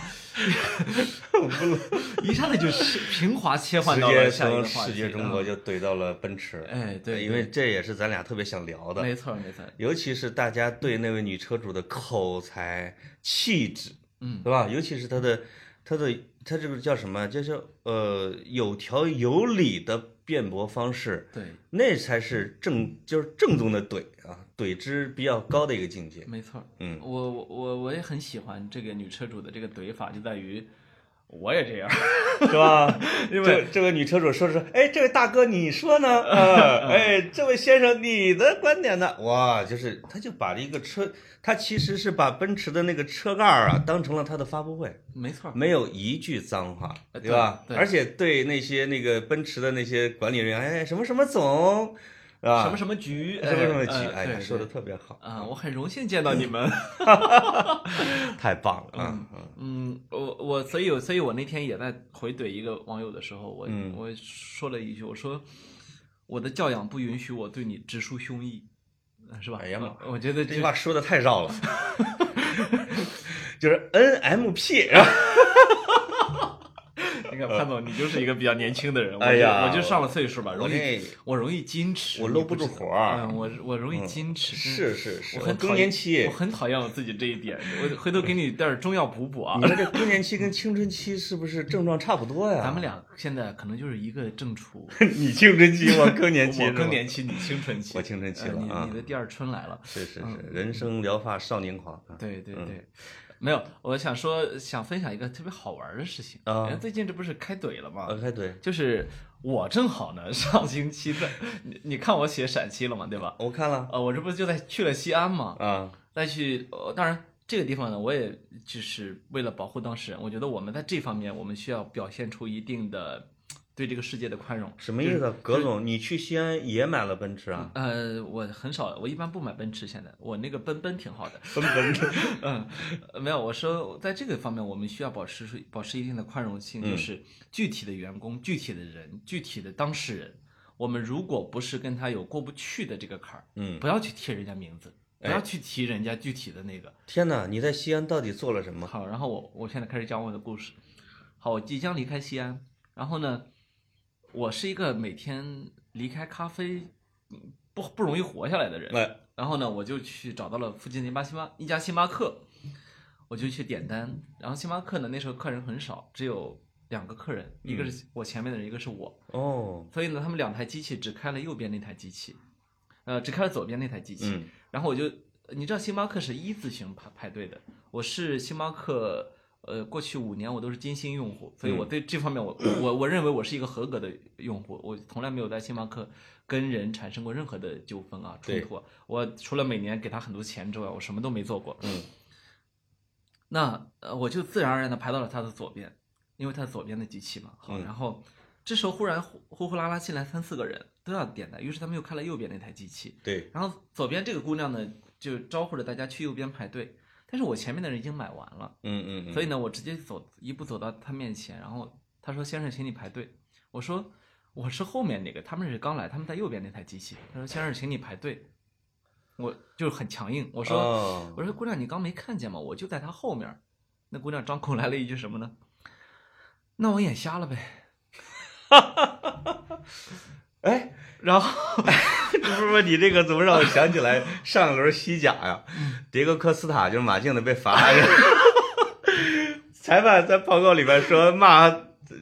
A: [laughs] 一上来就是平滑切换
B: 直
A: 到了
B: 接
A: 下一
B: 从
A: 个话题。
B: 世界中国
A: 嗯
B: 就怼到了奔驰，
A: 哎对
B: 因为这也是咱俩特别想聊的，
A: 没错没错，
B: 尤其是大家对那位女车主的口才、气质，
A: 嗯，
B: 对吧？尤其是她的她的她这个叫什么？就是呃，有条有理的辩驳方式，
A: 对，
B: 那才是正就是正宗的怼啊，怼之比较高的一个境界。
A: 没错。
B: 嗯，
A: 我我我我也很喜欢这个女车主的这个怼法，就在于我也这样。
B: [laughs] 是吧？
A: [laughs] 因为
B: 这这位女车主说说，哎，这位大哥你说呢？
A: [laughs]
B: 呃，
A: 嗯
B: 哎，这位先生你的观点呢？哇，就是他就把这个车，他其实是把奔驰的那个车盖儿啊当成了他的发布会，
A: 没错，
B: 没有一句脏话，
A: 呃
B: 对吧？
A: 对对
B: 而且对那些那个奔驰的那些管理人员，哎，什么什么总，
A: 嗯
B: 啊，
A: 什么什么局，
B: 什么什么
A: 呃
B: 局，哎
A: 对
B: 呀，说的
A: 对
B: 特别好，
A: 啊，我很荣幸见到你们。
B: 太棒了啊！嗯
A: [laughs] 嗯，我我所以所以我那天也在回怼一个网友的时候，我
B: 嗯
A: 我说了一句，我说我的教养不允许我对你直抒胸臆，呃是吧？
B: 哎呀妈
A: 我觉得
B: 这
A: 这
B: 句话说的太绕了， [laughs] 就是 NMP 是吧？
A: [laughs] 你看潘总，你就是一个比较年轻的人，我就
B: 呃哎呀
A: 我就上了岁数吧，
B: 我
A: 容易
B: 这
A: [laughs] 我容易矜持，
B: 我
A: 你
B: 搂不
A: 知
B: 住
A: 道
B: 火儿
A: 嗯，我我容易矜持，真
B: 是是是，
A: 我很
B: 更
A: 讨
B: 年
A: 厌
B: 期
A: 我，很讨厌我自己这一
B: [laughs]
A: 点，我回头给你带点中药补补啊
B: 你。们这更年期跟青春期是不是症状差不多呀？
A: 咱们俩现在可能就是一个正处，
B: [laughs] 你青春期，我更年期，
A: 我更，年期，你青春期，
B: 我青春期
A: 呃
B: 了啊
A: 你你的嗯第二春来了。
B: 是是是，人生疗法少年狂啊！
A: 对对对，没有，我想说想分享一个特别好玩的事情
B: 啊呃
A: 人最近这不是开怼了吗？
B: ，OK，对，哎
A: 就是我正好呢， [laughs] 上星期在你你看我写陕西了嘛，对吧？
B: 我看了
A: 呃，我这不就在去了西安嘛，
B: 啊，
A: 再去，呃，当然这个地方呢，我也就是为了保护当事人，我觉得我们在这方面我们需要表现出一定的对这个世界的宽容。
B: 什么意思？啊葛总，你去西安也买了奔驰啊？
A: 呃，我很少，我一般不买奔驰，现在我那个奔奔挺好的。
B: [laughs] 奔奔，
A: 嗯，呃没有，我说在这个方面，我们需要保持保持一定的宽容性，
B: 嗯
A: 就是具体的员工、具体的人、具体的当事人，我们如果不是跟他有过不去的这个坎儿，
B: [laughs] 嗯，
A: 不要去贴人家名字，不
B: 哎
A: 要去提人家具体的那个。
B: 天哪，你在西安到底做了什么？
A: 好，然后我我现在开始讲我的故事。好，我即将离开西安，然后呢，我是一个每天离开咖啡嗯不不容易活下来的人。
B: 哎，
A: 然后呢，我就去找到了附近的一家星巴一家星巴克，我就去点单。然后星巴克呢，那时候客人很少，只有两个客人，一个是我前面的人，一个是我。
B: 哦，
A: 所以呢，他们两台机器只开了右边那台机器，呃，只开了左边那台机器。
B: 嗯，
A: 然后我就，你知道星巴克是一字形排排队的，我是星巴克，呃，过去五年我都是金星用户，所
B: 嗯
A: 以我对这方面我、我我认为我是一个合格的用户，我从来没有在星巴克跟人产生过任何的纠纷啊冲
B: 对
A: 突啊，我除了每年给他很多钱之外，我什么都没做过。
B: 嗯，
A: 那呃，我就自然而然的排到了他的左边，因为他左边的机器嘛。好，
B: 嗯
A: 然后这时候忽然呼呼呼啦啦进来三四个人都要点单，于是他们又开了右边那台机器。
B: 对，
A: 然后左边这个姑娘呢，就招呼着大家去右边排队，但是我前面的人已经买完了，
B: 嗯嗯嗯，
A: 所以呢，我直接走一步走到他面前，然后他说：“先生，请你排队。”我说：“我是后面那个，他们是刚来，他们在右边那台机器。”他说：“先生，请你排队。”我就是很强硬，我
B: 我
A: 说：“
B: 说
A: 我说姑娘，你刚没看见吗？我就在他后面儿。那姑娘张口来了一句什么呢？那我眼瞎了呗。
B: 哎， [laughs]
A: 然后
B: 不是不是，你这个怎么让我想起来上一轮西甲呀、迭戈科斯塔就是马竞的 [laughs] 被罚，裁判在报告里边说骂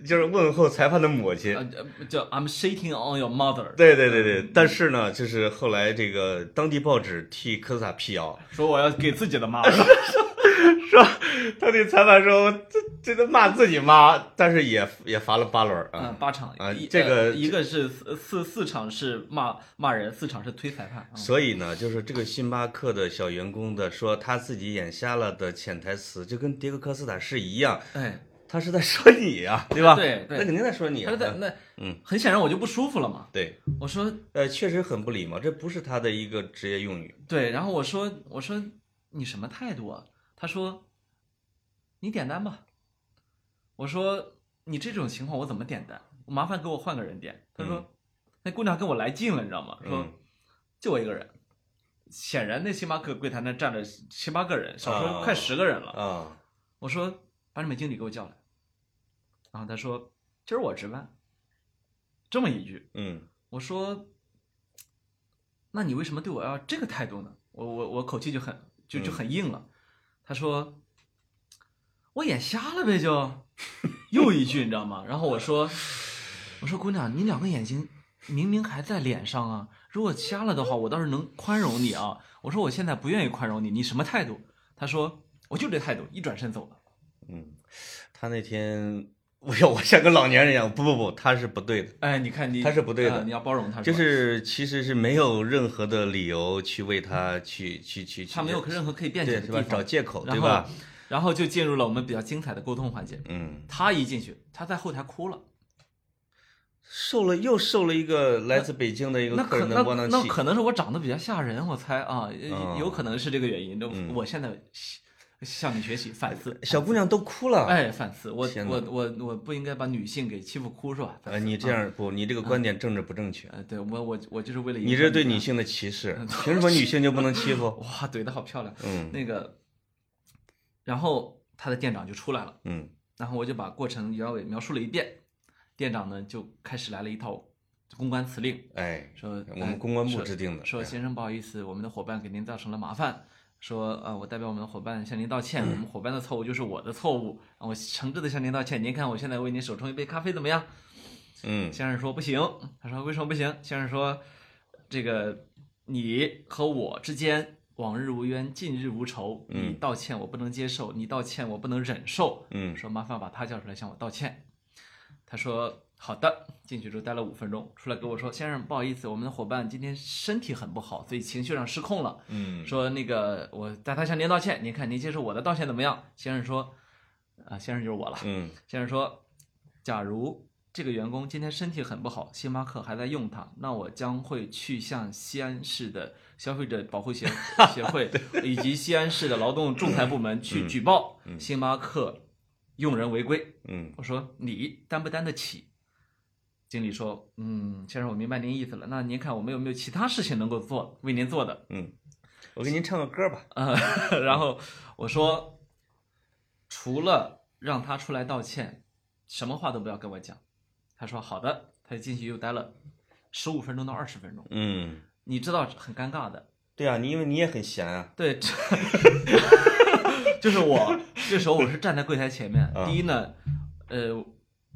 B: 就是问候裁判的母亲，
A: 呃呃叫 I'm shitting on your mother，
B: 对对对对，但是呢，就是后来这个当地报纸替科斯塔辟谣，
A: 说我要给自己的妈。
B: 说他对裁判说这这都骂自己妈，但是也也罚了八轮儿
A: 嗯
B: 啊，。
A: 八场
B: 啊
A: 一
B: 这个
A: 呃一个是四四四场是骂骂人，四场是推裁判。嗯
B: 所以呢，就是这个星巴克的小员工的说他自己眼瞎了的潜台词，就跟迭戈科斯塔是一样，
A: 哎，
B: 他是在说
A: [laughs]
B: 你啊，对吧？
A: 对对
B: 那肯定在说你、
A: 他
B: 啊
A: 说。在那，
B: 嗯，
A: 很显然我就不舒服了嘛。
B: 对，
A: 我说
B: 呃，确实很不礼貌，这不是他的一个职业用语。
A: 对，然后我说我说你什么态度啊？他说你点单吧。我说你这种情况我怎么点单？我麻烦给我换个人点。他说、
B: 嗯
A: 那姑娘跟我来劲了，你知道吗？说、
B: 嗯
A: 就我一个人。显然那星巴克柜台那站着七八个人，少说
B: 啊
A: 快十个人了。
B: 啊，
A: 我说把你们经理给我叫来。然后他说今儿我值班。这么一句，
B: 嗯，
A: 我说，那你为什么对我要这个态度呢？我我我口气就很就就很硬了。他说，我眼瞎了呗就，又一句你知道吗？然后我说，我说姑娘，你两个眼睛明明还在脸上啊，如果瞎了的话，我倒是能宽容你啊。我说我现在不愿意宽容你，你什么态度？他说我就这态度，一转身走了。
B: 嗯，他那天，我要我像个老年人一样，不不不，他是不对的。
A: 哎，你看你
B: 他是不对的
A: 啊你要包容他吧，
B: 就是其实是没有任何的理由去为他去去去去，
A: 他没有任何可以辩解的
B: 对是
A: 地
B: 吧？
A: 方，
B: 找借口
A: 然
B: 对
A: 后
B: 吧？
A: 然后就进入了我们比较精彩的沟通环节。
B: 嗯，
A: 他一进去，他在后台哭了。
B: 受了又受了一个来自北京的一个
A: 那
B: 客
A: 可
B: 人的窝
A: 那
B: 囊
A: 那
B: 气，
A: 可能是我长得比较吓人，我猜啊，
B: 哦
A: 呃有可能是这个原因。那
B: 嗯哎
A: 我现在向向你学习，反思。
B: 小姑娘都哭了。
A: 哎，反思，我
B: 天哪
A: 我我我不应该把女性给欺负哭是吧？反
B: 呃，
A: 思
B: 你这，样不，你这个观点政治不正确，
A: 呃，对我我我就是为了
B: 你这对女性的歧视，凭什么女性就不能欺 [laughs] 负？
A: 哇怼的好漂亮，
B: 嗯
A: 那个，然后他的店长就出来了，
B: 嗯
A: 然后我就把过程原委描述了一遍，店长呢就开始来了一套公关辞令，
B: 哎，
A: 说
B: 我们公关部
A: 哎
B: 制定的，
A: 说
B: 哎
A: 先生不好意思，我们的伙伴给您造成了麻烦。说呃，我代表我们的伙伴向您道歉，我
B: 嗯
A: 们伙伴的错误就是我的错误，啊我诚挚的向您道歉。您看我现在为您手冲一杯咖啡怎么样？
B: 嗯
A: 先生说不行，他说为什么不行？先生说，这个你和我之间往日无冤，近日无仇，
B: 嗯
A: 你道歉我不能接受，你道歉我不能忍受。
B: 嗯
A: 说麻烦把他叫出来向我道歉。他说好的，进去之后待了五分钟，出来跟我说先生不好意思，我们的伙伴今天身体很不好，所以情绪上失控了。
B: 嗯，
A: 说那个我代他向您道歉，您看您接受我的道歉怎么样？先生说，啊、先生就是我了。
B: 嗯
A: 先生说，假如这个员工今天身体很不好，星巴克还在用他，那我将会去向西安市的消费者保护协协会以及西安市的劳动仲裁部门去举报星巴克用人违规。
B: 嗯
A: 我说你担不担得起？经理说，嗯，先生，我明白您意思了。那您看我们有没有其他事情能够做，为您做的？
B: 嗯，我给您唱个歌吧，
A: 啊， [laughs] 然
B: 嗯
A: 后我说，除了让他出来道歉，什么话都不要跟我讲。他说好的，他就进去又待了十五分钟到二十分钟，
B: 嗯，
A: 你知道很尴尬的。
B: 对啊，你因为你也很闲啊，
A: 对，
B: [laughs]
A: 这 [laughs] 就是我这时候我是站在柜台前面，
B: 啊
A: 第一呢，呃，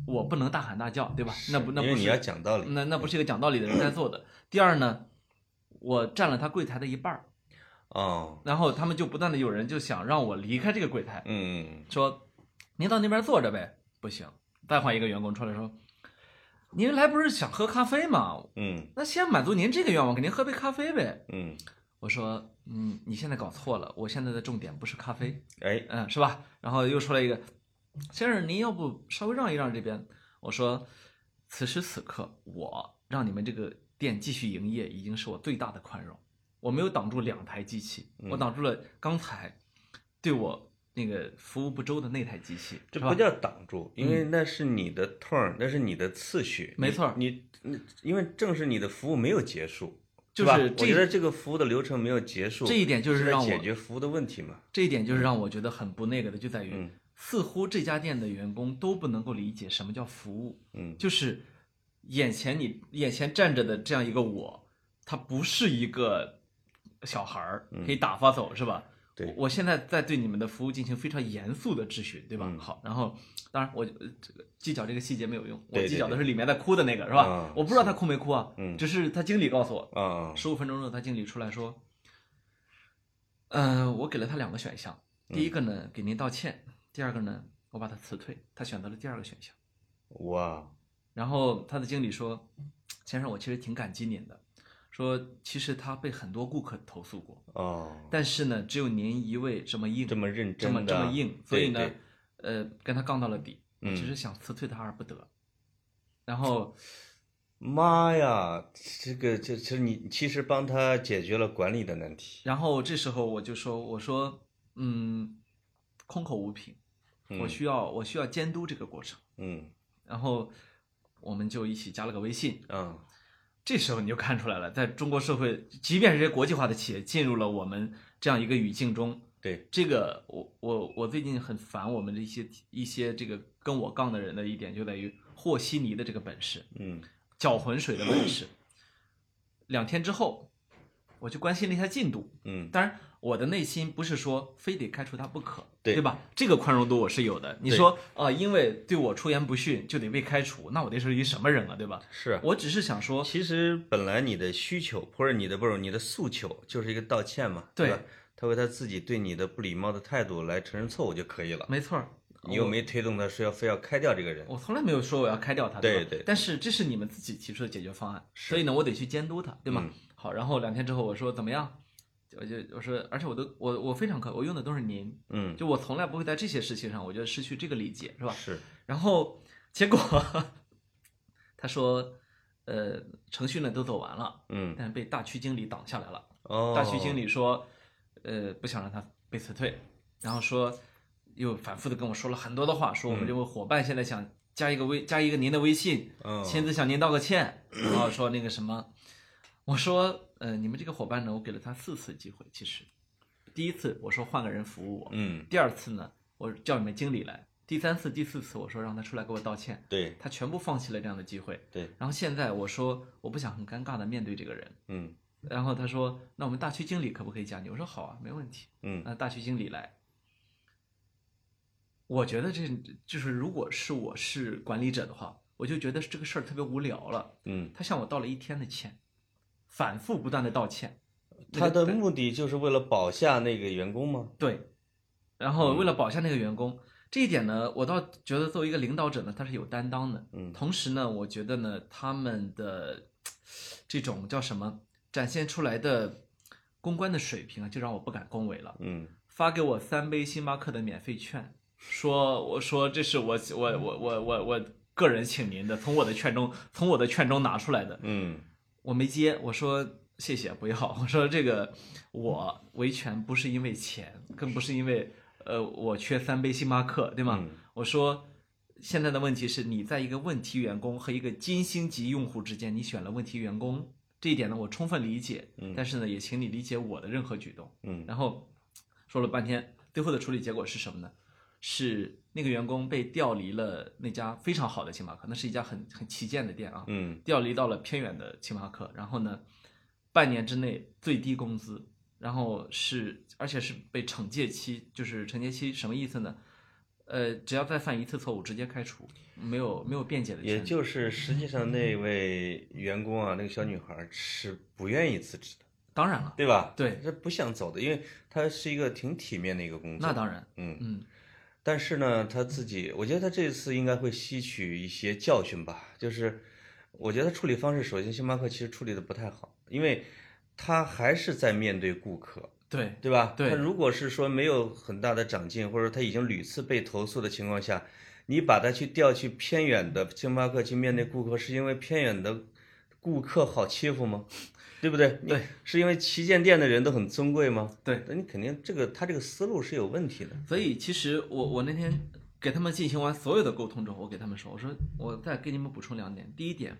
A: 我不能大喊大叫，对吧？那不那
B: 因
A: 不
B: 为
A: 是
B: 你要讲道理，
A: 那那不是一个讲道理的人该做的。第二呢，我占了他柜台的一半儿，
B: 哦，
A: 然后他们就不断的有人就想让我离开这个柜台。
B: 嗯
A: 说：“您到那边坐着呗。”不行，再换一个员工出来说：“您来不是想喝咖啡吗？
B: 嗯
A: 那先满足您这个愿望，给您喝杯咖啡呗。
B: 嗯，”
A: 我说：“嗯，你现在搞错了，我现在的重点不是咖啡，
B: 哎，
A: 嗯，是吧？”然后又出来一个：“先生，您要不稍微让一让这边？”我说：“此时此刻，我让你们这个店继续营业，已经是我最大的宽容。我没有挡住两台机器，
B: 嗯
A: 我挡住了刚才对我。”那个服务不周的那台机器，
B: 这
A: 是吧嗯
B: 不叫挡住，因为那是你的 turn，那是你的次序，
A: 没错儿
B: 你你因为正是你的服务没有结束。
A: 就是
B: 吧
A: 是
B: 我觉
A: 这
B: 得这个服务的流程没有结束，
A: 这一点就是
B: 是在
A: 让我
B: 解决服务的问题嘛。
A: 这一点就是让我觉得很不那个的，就在于
B: 嗯
A: 似乎这家店的员工都不能够理解什么叫服务，
B: 嗯
A: 就是眼前你眼前站着的这样一个我，他不是一个小孩儿可以打发走是吧？
B: 嗯对
A: 我我现在在对你们的服务进行非常严肃的质询，对吧？
B: 嗯
A: 好，然后当然我呃这个计较这个细节没有用，我
B: 对对
A: 计较的是里面在哭的那个是吧
B: 啊？
A: 我不知道他哭没哭啊，
B: 嗯
A: 只是他经理告诉我，
B: 啊，
A: 十五分钟之后，他经理出来说：“嗯、我给了他两个选项，
B: 嗯
A: 第一个呢给您道歉，第二个呢我把他辞退。他选择了第二个选项。
B: 哇，
A: 然后他的经理说：‘先生，我其实挺感激您的，说其实他被很多顾客投诉过，
B: 哦，
A: 但是呢，只有您一位这么硬，
B: 这么认
A: 这
B: 真
A: 么
B: 的，
A: 这么硬，所以呢
B: 对，
A: 呃，跟他杠到了底。我
B: 嗯
A: 其实想辞退他而不得。然后，
B: 妈呀，这个这这你其实帮他解决了管理的难题。
A: 然后这时候我就说，我说，嗯，空口无凭。”我
B: 嗯
A: 需要我需要监督这个过程。
B: 嗯
A: 然后我们就一起加了个微信。
B: 啊
A: 这时候你就看出来了，在中国社会，即便是这些国际化的企业进入了我们这样一个语境中，
B: 对，
A: 这个我我我最近很烦我们的一些一些这个跟我杠的人的一点就在于和稀泥的这个本事，
B: 嗯
A: 搅浑水的本事。两天之后，我就关心了一下进度，
B: 嗯
A: 当然，我的内心不是说非得开除他不可，
B: 对
A: 吧？这个宽容度我是有的。你
B: 对
A: 说啊、呃因为对我出言不逊就得被开除，那我得是一什么人啊，对吧？
B: 是。
A: 我只是想说，
B: 其实本来你的需求或者你的不是你的诉求就是一个道歉嘛，
A: 对
B: 吧？他为他自己对你的不礼貌的态度来承认错误就可以了。
A: 没错儿，
B: 你又没推动他说要非要开掉这个人。
A: 我从来没有说我要开掉他，吧
B: 对对
A: 但是这是你们自己提出的解决方案，所以呢，我得去监督他，对吗？
B: 嗯
A: 好，然后两天之后我说怎么样？我就我说，而且我都我我非常客，我用的都是您，
B: 嗯，
A: 就我从来不会在这些事情上，我觉得失去这个理解，是吧？
B: 是，
A: 然后结果 [laughs] 他说，呃，程序呢都走完了，
B: 嗯，
A: 但是被大区经理挡下来了。
B: 哦，
A: 哎大区经理说，呃，不想让他被辞退，然后说又反复的跟我说了很多的话，说我们这位伙伴现在想加一个微加一个您的微信，
B: 嗯，
A: 亲自向您道个歉，然后说那个什么，我说，呃，你们这个伙伴呢，我给了他四次机会，其实第一次我说换个人服务我，
B: 嗯
A: 第二次呢，我叫你们经理来，第三次、第四次，我说让他出来给我道歉，
B: 对，
A: 他全部放弃了这样的机会。
B: 对，
A: 然后现在我说我不想很尴尬的面对这个人，
B: 嗯
A: 然后他说那我们大区经理可不可以加你？我说好啊，没问题。
B: 嗯
A: 那大区经理来，我觉得这就是如果是我是管理者的话，我就觉得这个事儿特别无聊了。
B: 嗯，
A: 他向我道了一天的歉，反复不断的道歉，
B: 他
A: 那
B: 的
A: 个
B: 目的就是为了保下那个员工吗？
A: 对，然后为了保下那个员工，这一点呢，我倒觉得作为一个领导者呢，他是有担当的。
B: 嗯
A: 同时呢，我觉得呢，他们的这种叫什么展现出来的公关的水平啊，就让我不敢恭维了。
B: 嗯
A: 发给我三杯星巴克的免费券，说我说这是我我我我我我个人请您的，从我的券中从我的券中拿出来的，
B: 嗯
A: 我没接，我说谢谢不要，我说这个我维权不是因为钱，更不是因为呃我缺三杯星巴克，对吗？
B: 嗯
A: 我说现在的问题是你在一个问题员工和一个金星级用户之间，你选了问题员工。这一点呢，我充分理解，但是呢，也请你理解我的任何举动。
B: 嗯
A: 然后说了半天，最后的处理结果是什么呢？是那个员工被调离了那家非常好的星巴克，那是一家很很旗舰的店啊，
B: 嗯
A: 调离到了偏远的星巴克。然后呢，半年之内最低工资，然后是而且是被惩戒期，就是惩戒期什么意思呢？呃，只要再犯一次错误，直接开除，没有没有辩解的
B: 也
A: 权利。
B: 就是实际上那位员工啊，那个小女孩是不愿意辞职的，
A: 当然了，
B: 对吧？
A: 对
B: 她不想走的，因为她是一个挺体面的一个工作。
A: 那当然，
B: 嗯。
A: 嗯，
B: 但是呢，他自己，我觉得他这次应该会吸取一些教训吧。就是我觉得处理方式，首先星巴克其实处理的不太好，因为他还是在面对顾客，
A: 对
B: 对吧？
A: 对
B: 他如果是说没有很大的长进，或者说他已经屡次被投诉的情况下，你把他去调去偏远的星巴克去面对顾客，是因为偏远的顾客好欺负吗？ [laughs] 对不对？
A: 对，
B: 是因为旗舰店的人都很尊贵吗？
A: 对，
B: 那你肯定这个他这个思路是有问题的。
A: 所以其实我我那天给他们进行完所有的沟通之后，我给他们说，我说我再给你们补充两点。第一点，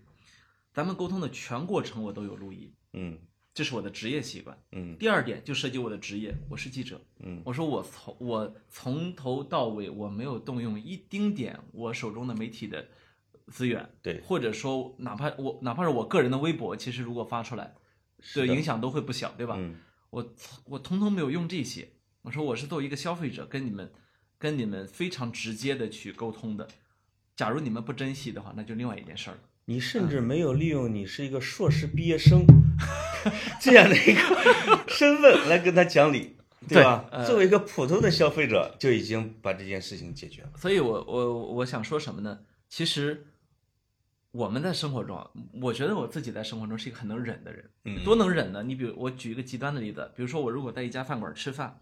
A: 咱们沟通的全过程我都有录音，
B: 嗯
A: 这是我的职业习惯。
B: 嗯
A: 第二点就涉及我的职业，我是记者。
B: 嗯。
A: 我说我从我从头到尾我没有动用一丁点我手中的媒体的资源，
B: 对
A: 或者说哪怕我哪怕是我个人的微博，其实如果发出来，对
B: 的
A: 影响都会不小，对吧？
B: 嗯
A: 我我通通没有用这些。我说我是作为一个消费者，跟你们跟你们非常直接的去沟通的。假如你们不珍惜的话，那就另外一件事儿了。
B: 你甚至没有利用你是一个硕士毕业生这样的一个身份来跟他讲理，
A: 对
B: 吧？
A: 呃
B: 作为一个普通的消费者，就已经把这件事情解决了。
A: 所以我我我想说什么呢？其实我们在生活中啊，我觉得我自己在生活中是一个很能忍的人，
B: 嗯
A: 多能忍呢？你比如我举一个极端的例子，比如说我如果在一家饭馆吃饭，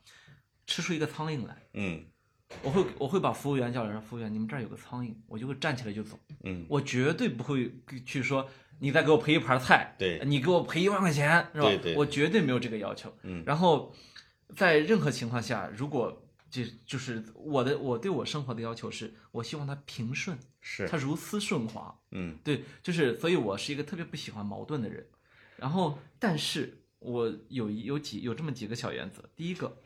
A: 吃出一个苍蝇来，
B: 嗯
A: 我会我会把服务员叫来说，服务员，你们这儿有个苍蝇，我就会站起来就走。
B: 嗯，
A: 我绝对不会去说你再给我赔一盘菜，
B: 对
A: 你给我赔一万块钱，是吧？
B: 对对
A: 我绝对没有这个要求。
B: 嗯
A: 然后在任何情况下，如果这就是我的，我对我生活的要求是，我希望它平顺，
B: 是
A: 它，如丝顺滑。
B: 嗯
A: 对，就是所以，我是一个特别不喜欢矛盾的人。然后，但是我有一有几有这么几个小原则。第一个，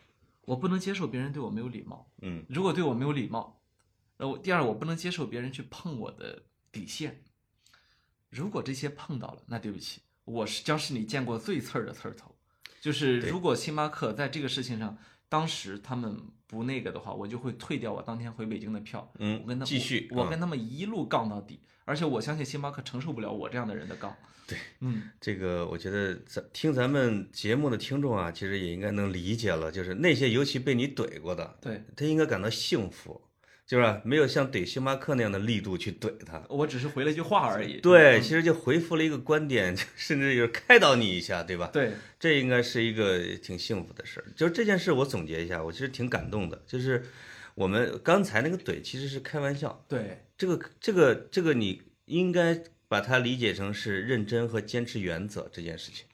A: 我不能接受别人对我没有礼貌。
B: 嗯
A: 如果对我没有礼貌，那我第二我不能接受别人去碰我的底线。如果这些碰到了，那对不起，我是将是你见过最刺儿的刺儿头。就是
B: 对
A: 如果星巴克在这个事情上，当时他们不那个的话，我就会退掉我当天回北京的票。
B: 嗯
A: 我跟他
B: 继续
A: 我，
B: 啊
A: 我跟他们一路杠到底。而且我相信星巴克承受不了我这样的人的杠。
B: 对，
A: 嗯，
B: 这个我觉得咱听咱们节目的听众啊，其实也应该能理解了，就是那些尤其被你怼过的，
A: 对，
B: 他应该感到幸福，就是吧没有像怼星巴克那样的力度去怼他。
A: 我只是回了一句话而已。
B: 对，
A: 嗯
B: 其实就回复了一个观点， [laughs] 甚至有开导你一下，对吧？
A: 对，
B: 这应该是一个挺幸福的事儿。就这件事，我总结一下，我其实挺感动的。就是我们刚才那个怼其实是开玩笑，
A: 对，
B: 这个这个这个你应该把它理解成是认真和坚持原则这件事情。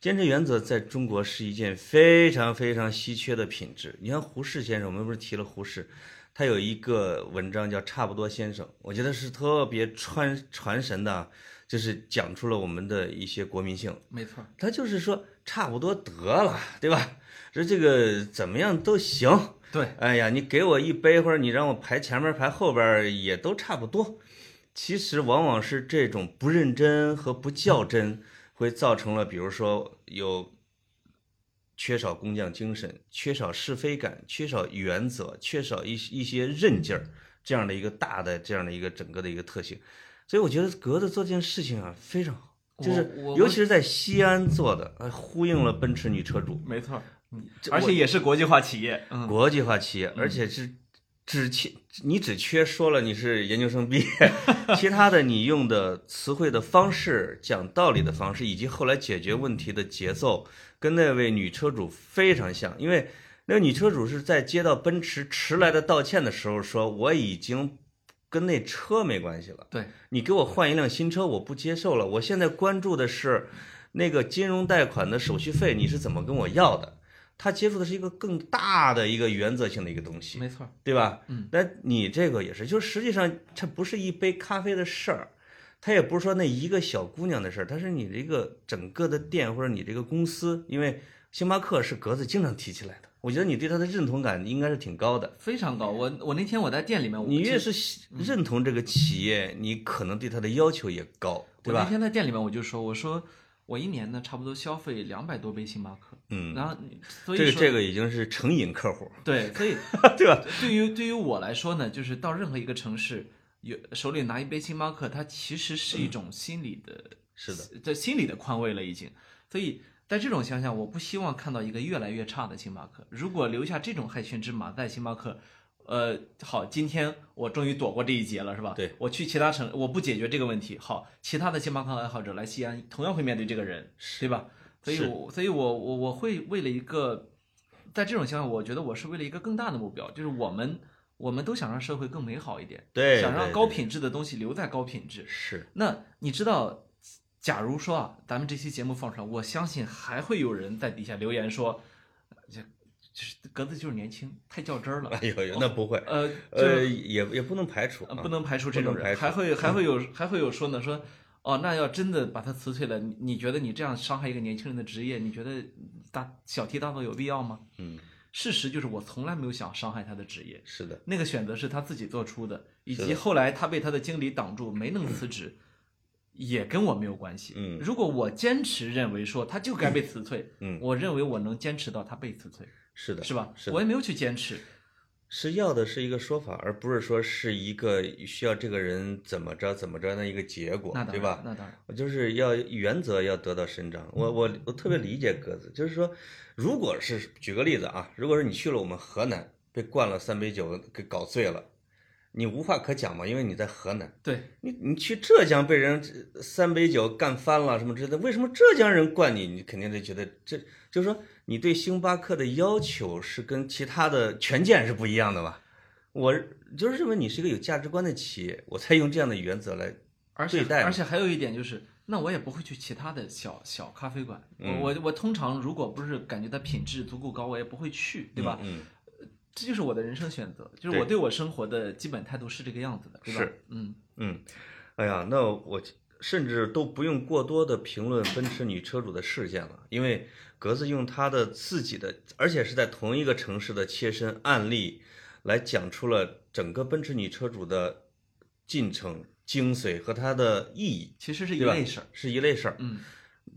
B: 坚持原则在中国是一件非常非常稀缺的品质。你看胡适先生，我们不是提了胡适，他有一个文章叫《差不多先生》，我觉得是特别传传神的啊。就是讲出了我们的一些国民性。
A: 没错，
B: 他就是说差不多得了，对吧？说这个怎么样都行。
A: 对，
B: 哎呀，你给我一杯，或者你让我排前面排后边儿也都差不多。其实往往是这种不认真和不较真，会造成了比如说有缺少工匠精神、缺少是非感、缺少原则、缺少一一些韧劲儿这样的一个大的这样的一个整个的一个特性。所以我觉得格子做这件事情啊非常好，就是
A: 我我
B: 尤其是在西安做的，呃呼应了奔驰女车主。
A: 没错，嗯
B: 这
A: 而且也是国际化企业，嗯，
B: 国际化企业，而且是只缺你只缺说了你是研究生毕业， [laughs] 其他的你用的词汇的方式、讲道理的方式，以及后来解决问题的节奏，跟那位女车主非常像。因为那个女车主是在接到奔驰迟来的道歉的时候说：“我已经跟那车没关系了。”
A: 对，
B: 你给我换一辆新车，我不接受了。我现在关注的是那个金融贷款的手续费，你是怎么跟我要的？他接触的是一个更大的一个原则性的一个东西，
A: 没错，
B: 对吧？
A: 嗯，
B: 那你这个也是，就是实际上这不是一杯咖啡的事儿，它也不是说那一个小姑娘的事儿，它是你这个整个的店或者你这个公司，因为星巴克是格子经常提起来的，我觉得你对它的认同感应该是挺高的。
A: 非常高。我我那天我在店里面，我
B: 你越
A: 其实
B: 是喜认同这个企业，你可能对它的要求也高，对
A: 我那
B: 吧？
A: 天在店里面我就说，我说我一年呢差不多消费两百多杯星巴克，
B: 嗯，
A: 然后你所以
B: 这个
A: 说
B: 这个已经是成瘾客户，
A: 对，所以
B: 对吧？
A: [laughs] 对于对于我来说呢，就是到任何一个城市，有手里拿一杯星巴克，它其实是一种心理的，
B: 是的，
A: 这心理的宽慰了已经。所以在这种情况下，我不希望看到一个越来越差的星巴克。如果留下这种害群之马在星巴克，呃，好，今天我终于躲过这一劫了，是吧？
B: 对，
A: 我去其他城，我不解决这个问题，好，其他的星巴克爱好者来西安同样会面对这个人，对吧？所以
B: 是
A: 我，所以我我我会为了一个，在这种情况下，我觉得我是为了一个更大的目标，就是我们我们都想让社会更美好一点，
B: 对，
A: 想让
B: 哎对
A: 高
B: 对
A: 品质的东西留在高品质。
B: 是
A: 那你知道，假如说啊，咱们这期节目放出来，我相信还会有人在底下留言说，这就是格子就是年轻，太较真儿了。
B: 哎呦呦，那不会，
A: 呃，
B: 呃，
A: 就
B: 也也不能排除
A: 呃
B: 啊，
A: 不能排除这种
B: 不能排
A: 人，
B: 除嗯
A: 还会还会有还会有说呢，说哦，那要真的把他辞退了，你你觉得你这样伤害一个年轻人的职业，你觉得大小题大做有必要吗？
B: 嗯，
A: 事实就是我从来没有想伤害他的职业，
B: 是的，
A: 那个选择是他自己做出的，以
B: 是
A: 及
B: 的
A: 后来他被他的经理挡住，没能辞职，也跟我没有关系。
B: 嗯
A: 如果我坚持认为说他就该被辞退，
B: 嗯
A: 我认为我能坚持到他被辞退，
B: 是的，
A: 是吧？
B: 是的
A: 我也没有去坚持，
B: 是要的是一个说法，而不是说是一个需要这个人怎么着怎么着的一个结果
A: 那，当然，
B: 对吧？
A: 那当然，
B: 我就是要原则要得到伸张。我我我特别理解鸽子，就是说，如果是举个例子啊，如果是你去了我们河南，被灌了三杯酒给搞醉了，你无话可讲嘛，因为你在河南。
A: 对，
B: 你你去浙江被人呃三杯酒干翻了什么之类的，为什么浙江人惯你？你肯定得觉得这就是说你对星巴克的要求是跟其他的权健是不一样的吧？我就是认为你是一个有价值观的企业，我才用这样的原则来
A: 而且
B: 对待
A: 而且还有一点就是。那我也不会去其他的小小咖啡馆，
B: 嗯
A: 我我我通常如果不是感觉它品质足够高，我也不会去，对吧？
B: 嗯，
A: 这就是我的人生选择，就是
B: 对
A: 我对我生活的基本态度是这个样子的，对吧？
B: 是，
A: 嗯，
B: 嗯，哎呀，那我甚至都不用过多的评论奔驰女车主的事件了，因为格子用她的自己的，而且是在同一个城市的切身案例，来讲出了整个奔驰女车主的进程、精髓和它的意义，
A: 其实是一
B: 对吧
A: 类事儿，
B: 是一类事儿。
A: 嗯。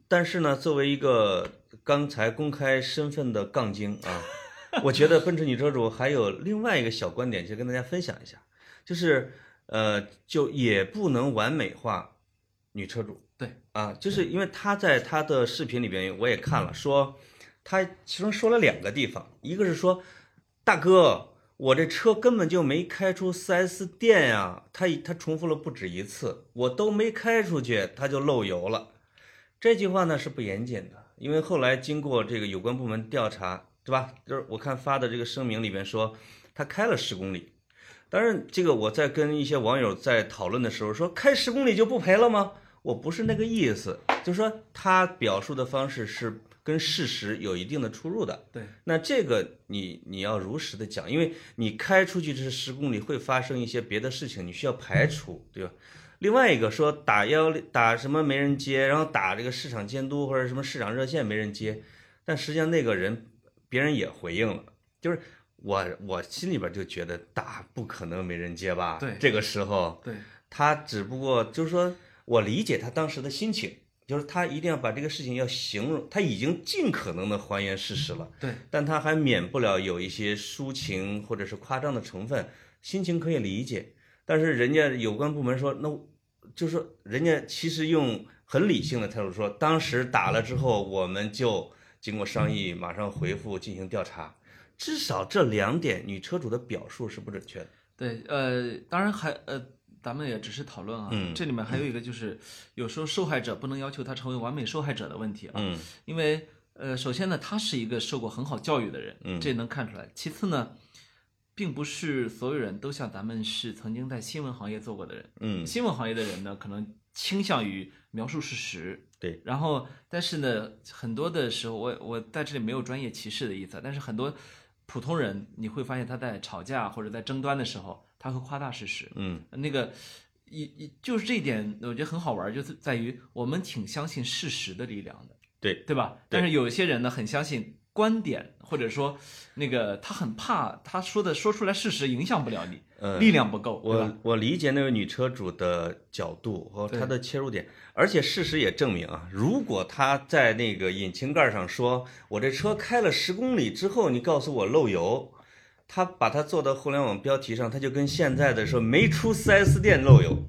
B: 但是呢，作为一个刚才公开身份的杠精啊，我觉得奔驰女车主还有另外一个小观点，就跟大家分享一下，就是呃，就也不能完美化女车主。
A: 对
B: 啊，就是因为她在她的视频里边我也看了，说她其中说了两个地方，一个是说大哥。我这车根本就没开出 4S 店呀、她他他重复了不止一次，我都没开出去，他就漏油了。这句话呢是不严谨的，因为后来经过这个有关部门调查，对吧？就是我看发的这个声明里边说，他开了十公里。当然，这个我在跟一些网友在讨论的时候说，开十公里就不赔了吗？我不是那个意思，就是说他表述的方式是跟事实有一定的出入的。
A: 对，
B: 那这个你你要如实的讲，因为你开出去这十公里会发生一些别的事情，你需要排除，对吧？另外一个说打幺打什么没人接，然后打这个市场监督或者什么市场热线没人接，但实际上那个人别人也回应了，就是我我心里边就觉得打不可能没人接吧？
A: 对
B: 这个时候
A: 对，
B: 他只不过就是说我理解他当时的心情，就是他一定要把这个事情要形容，他已经尽可能的还原事实了，
A: 对，
B: 但他还免不了有一些抒情或者是夸张的成分，心情可以理解。但是人家有关部门说，那我就说人家其实用很理性的态度说，当时打了之后，我们就经过商议，马上回复进行调查。至少这两点，女车主的表述是不准确的。
A: 对，呃，当然还呃，咱们也只是讨论啊。
B: 嗯
A: 这里面还有一个就是，有时候受害者不能要求他成为完美受害者的问题啊，
B: 嗯
A: 因为呃，首先呢，他是一个受过很好教育的人，
B: 嗯
A: 这能看出来。其次呢，并不是所有人都像咱们是曾经在新闻行业做过的人，
B: 嗯
A: 新闻行业的人呢，可能倾向于描述事实。
B: 对，
A: 然后但是呢，很多的时候，我我在这里没有专业歧视的意思啊，但是很多普通人你会发现他在吵架或者在争端的时候，他会夸大事实。
B: 嗯
A: 那个一一就是这一点，我觉得很好玩儿，就是在于我们挺相信事实的力量的，
B: 对
A: 对吧？
B: 对
A: 但是有一些人呢，很相信。观点，或者说，那个他很怕他说的说出来事实影响不了你，
B: 嗯，
A: 力量不够，对吧
B: 我我理解那位女车主的角度和
A: 对
B: 她的切入点，而且事实也证明啊，如果她在那个引擎盖上说“我这车开了十公里之后，你告诉我漏油”，她把它做到互联网标题上，她就跟现在的说没出 4S 店漏油，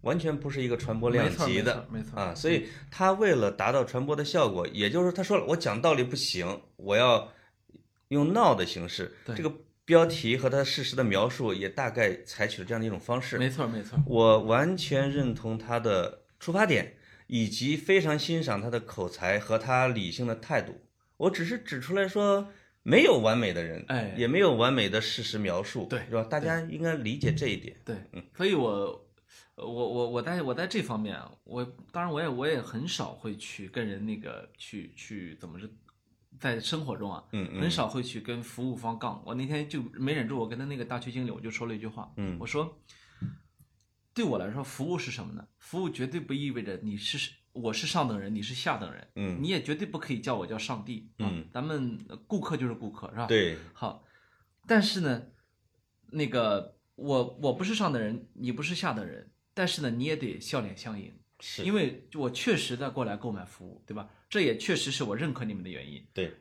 B: 完全不是一个传播量
A: 没错
B: 级的。，
A: 没错，没错
B: 啊，所以他为了达到传播的效果，也就是说，他说了，我讲道理不行，我要用闹的形式。
A: 对
B: 这个标题和他事实的描述也大概采取了这样的一种方式。
A: 没错没错，
B: 我完全认同他的出发点，以及非常欣赏他的口才和他理性的态度。我只是指出来说，没有完美的人，
A: 哎
B: 也没有完美的事实描述，
A: 对
B: 是吧？大家应该理解这一点。
A: 对，所以我我我我在我在这方面啊，我当然我也我也很少会去跟人那个去去怎么是，在生活中啊，
B: 嗯嗯
A: 很少会去跟服务方杠。我那天就没忍住，我跟他那个大区经理我就说了一句话，
B: 嗯
A: 我说，对我来说，服务是什么呢？服务绝对不意味着你是我是上等人，你是下等人，
B: 嗯，
A: 你也绝对不可以叫我叫上帝，啊
B: 嗯，
A: 咱们呃顾客就是顾客，是吧？。
B: 对，
A: 好，但是呢，那个我我不是上等人，你不是下等人，但是呢，你也得笑脸相迎，
B: 是
A: 因为我确实在过来购买服务，对吧？这也确实是我认可你们的原因。
B: 对，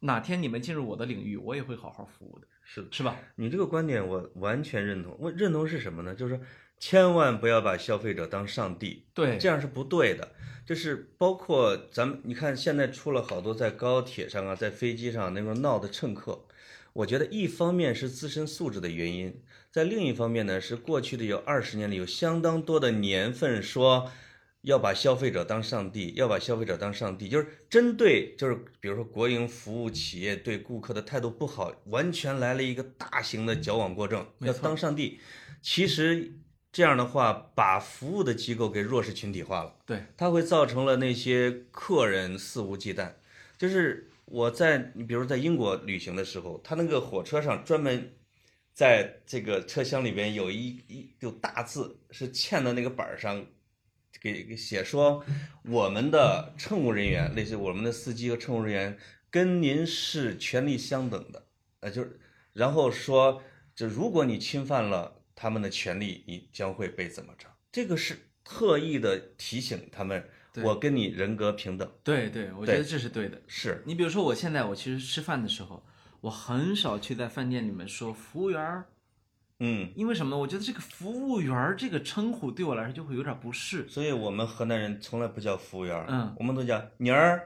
A: 哪天你们进入我的领域，我也会好好服务的，
B: 是的。
A: 是吧？
B: 你这个观点我完全认同。我认同是什么呢？就是说千万不要把消费者当上帝，
A: 对，
B: 这样是不对的。就是包括咱们，你看现在出了好多在高铁上啊，在飞机上那种闹的乘客。我觉得一方面是自身素质的原因，在另一方面呢是过去的有二十年里有相当多的年份说要把消费者当上帝，要把消费者当上帝，就是针对就是比如说国营服务企业对顾客的态度不好，完全来了一个大型的矫枉过正，
A: 没
B: 要
A: 错
B: 当上帝。其实这样的话，把服务的机构给弱势群体化了。
A: 对，
B: 它会造成了那些客人肆无忌惮。就是我在你比如在英国旅行的时候，他那个火车上专门在这个车厢里边有一一有大字是嵌到那个板儿上，给给写说我们的乘务人员，类似于我们的司机和乘务人员跟您是权利相等的，呃，就是然后说，就如果你侵犯了他们的权利，你将会被怎么着？这个是特意的提醒他们，
A: 对
B: 我跟你人格平等。
A: 对对，我觉
B: 对
A: 得这是对的。
B: 是，
A: 你比如说，我现在我其实吃饭的时候，我很少去在饭店里面说服务员儿，
B: 嗯，
A: 因为什么呢？我觉得这个服务员儿这个称呼对我来说就会有点不适。
B: 所以我们河南人从来不叫服务员儿，
A: 嗯
B: 我们都叫妮儿。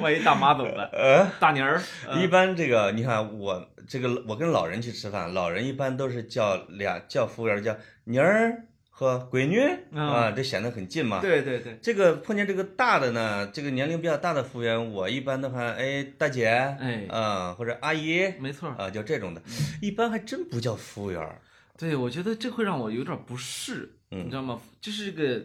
A: 万一大妈怎么办？大妮
B: [laughs]
A: 儿，呃
B: 一般这个，你看我这个，我跟老人去吃饭，老人一般都是叫俩叫服务员儿叫妮儿和闺女
A: 嗯
B: 啊，这显得很近嘛。
A: 对对对，
B: 这个碰见这个大的呢，这个年龄比较大的服务员，我一般的话，哎，大姐，
A: 哎嗯
B: 啊、或者阿姨，
A: 没错
B: 啊、
A: 儿。
B: 就这种的，一般还真不叫服务员儿。
A: 对，我觉得这会让我有点不适，
B: 嗯
A: 你知道吗？就是个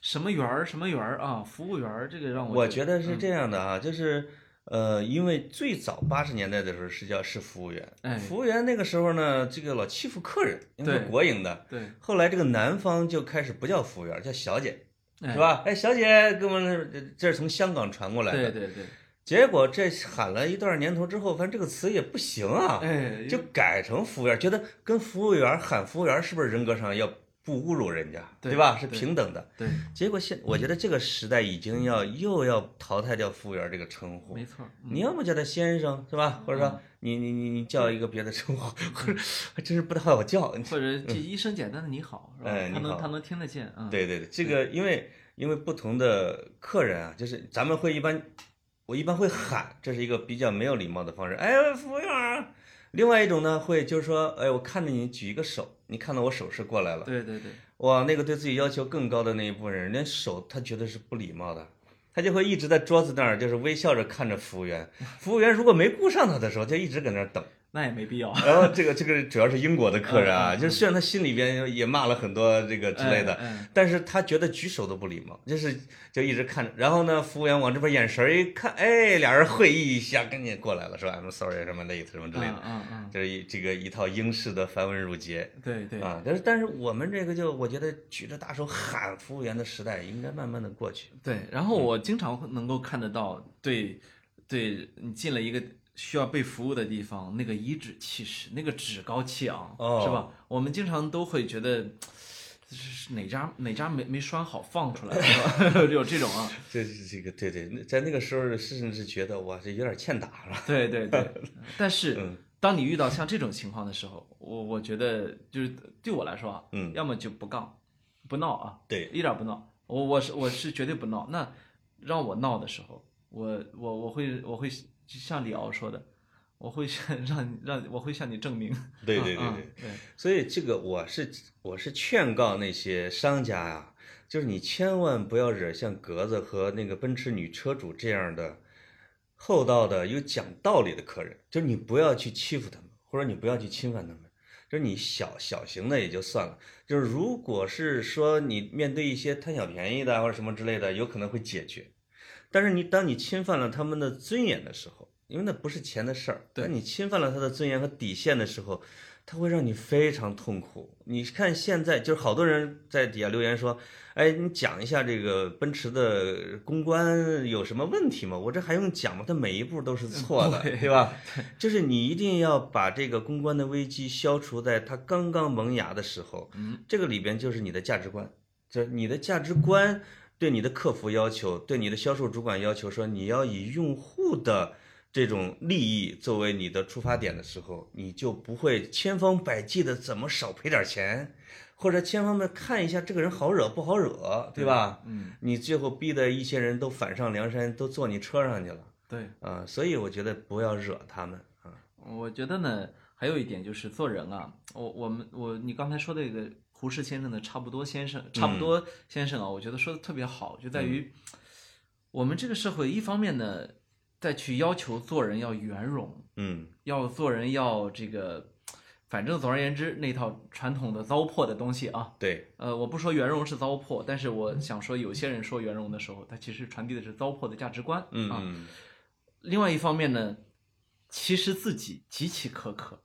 A: 什么员儿什么员儿啊，服务员儿这个让
B: 我
A: 觉嗯
B: 觉得是这样的啊，就是呃，因为最早八十年代的时候是叫是服务员，
A: 哎
B: 服务员那个时候呢，这个老欺负客人，因为
A: 对
B: 是国营的。
A: 对，
B: 后来这个南方就开始不叫服务员，叫小姐，
A: 哎
B: 是？吧？哎，小姐，给我们这这是从香港传过来
A: 对
B: 的。
A: 对对，
B: 结果这喊了一段年头之后，发现这个词也不行啊，
A: 哎，
B: 就改成服务员，觉得跟服务员喊服务员是不是人格上要不侮辱人家，
A: 对
B: 吧？是
A: 对
B: 平等的。
A: 对，
B: 结果现我觉得这个时代已经要又要淘汰掉服务员这个称呼
A: 没，错儿，嗯
B: 你要么叫他先生是吧？或者说你你你你叫一个别的称呼，或者
A: 嗯
B: 还 [laughs] 真是不太好叫。
A: 或者这医生简单的你好，是吧
B: 嗯哎？
A: 他
B: 你好
A: 能他能听得见啊。嗯，
B: 对对对，这个因为因为不同的客人啊，就是咱们会一般，我一般会喊，这是一个比较没有礼貌的方式。哎，服务员儿。另外一种呢，会就是说，哎，我看着你举一个手，你看到我手势过来了，
A: 对对对，
B: 哇，那个对自己要求更高的那一部分人，连手他觉得是不礼貌的，他就会一直在桌子那儿就是微笑着看着服务员。服务员如果没顾上他的时候，就一直搁那儿等。
A: 那也没必要。
B: 然后这个这个主要是英国的客人啊，
A: 嗯嗯嗯
B: 就是虽然他心里边也骂了很多这个之类的，
A: 哎哎
B: 但是他觉得举手都不礼貌，就是就一直看着。然后呢，服务员往这边眼神儿一看，哎，俩人会意一下，赶紧过来了，说 I'm sorry 什么 late 什么之类的，
A: 嗯嗯
B: 这是一这个一套英式的繁文缛节
A: 嗯，对对，
B: 啊。但是但是我们这个就我觉得举着大手喊服务员的时代应该慢慢的过去。
A: 对，然后我经常会能够看得到对，对你进了一个需要被服务的地方，那个颐指气使，那个趾高气昂，
B: 哦
A: 是吧？我们经常都会觉得。这是哪家哪家没没拴好放出来，是吧？ [laughs] 有这种啊，
B: 这是这个对对，那在那个时候甚至觉得哇，这有点欠打了。
A: 对对对。
B: [laughs]
A: 但
B: 嗯
A: 是当你遇到像这种情况的时候，我我觉得就是对我来说啊，
B: 嗯
A: 要么就不杠，不闹啊，
B: 对，
A: 一点儿不闹。我我是我是绝对不闹。那让我闹的时候，我我我会我会像李敖说的，我会向让你让我会向你证明。
B: 对对对
A: 嗯
B: 对
A: 嗯对
B: 所以这个我是我是劝告那些商家啊，就是你千万不要惹像格子和那个奔驰女车主这样的厚道的有讲道理的客人，就是你不要去欺负他们，或者你不要去侵犯他们。就是你小小型的也就算了，就是如果是说你面对一些贪小便宜的啊或者什么之类的，有可能会解决。但是你当你侵犯了他们的尊严的时候，因为那不是钱的事儿，
A: 对
B: 当你侵犯了他的尊严和底线的时候，他会让你非常痛苦。你看现在就是好多人在底下留言说，哎，你讲一下这个奔驰的公关有什么问题吗？我这还用讲吗？它每一步都是错的，
A: 嗯对 [laughs]
B: 对吧？就是你一定要把这个公关的危机消除在它刚刚萌芽的时候，
A: 嗯，
B: 这个里边就是你的价值观，就是你的价值观对你的客服要求，对你的销售主管要求，说你要以用户的这种利益作为你的出发点的时候，你就不会千方百计的怎么少赔点钱，或者千方面看一下这个人好惹不好惹，对吧？
A: 嗯，
B: 你最后逼得一些人都反上梁山，都坐你车上去了
A: 对，
B: 啊、所以我觉得不要惹他们啊。
A: 我觉得呢，还有一点就是做人啊，我我们我你刚才说的一个胡适先生的差不多先生，差
B: 嗯
A: 不多先生啊，我觉得说的特别好，就在于我们这个社会一方面呢，再去要求做人要圆融，
B: 嗯，
A: 要做人要这个，反正总而言之，那套传统的糟粕的东西啊，
B: 对，
A: 呃，我不说圆融是糟粕，但是我想说，有些人说圆融的时候，他其实传递的是糟粕的价值观
B: 嗯
A: 啊。
B: 嗯
A: 另外一方面呢，其实自己极其苛刻，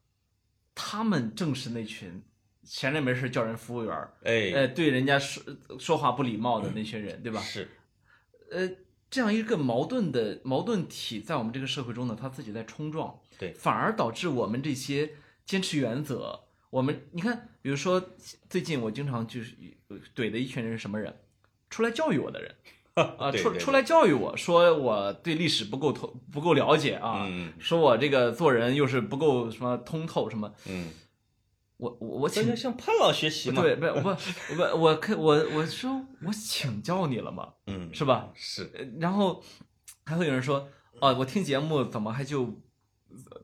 A: 他们正是那群闲着没事叫人服务员儿，
B: 哎，
A: 呃，对人家说说话不礼貌的那些人，对吧？
B: 是，
A: 呃，这样一个矛盾的矛盾体在我们这个社会中呢，它自己在冲撞，
B: 对
A: 反而导致我们这些坚持原则，我们你看，比如说最近我经常就是呃怼的一群人是什么人，出来教育我的
B: [laughs]
A: 人啊，
B: 对
A: 出
B: 对
A: 出来教育我说我对历史不够透不够了解啊，
B: 嗯
A: 说我这个做人又是不够什么通透什么，
B: 嗯，
A: 我我我
B: 这
A: 请
B: 就向潘老学习嘛。
A: 对，不我不我我可我我说我请教你了嘛，
B: 嗯，
A: 是吧？
B: 是，
A: 呃然后还会有人说，啊，我听节目怎么还就，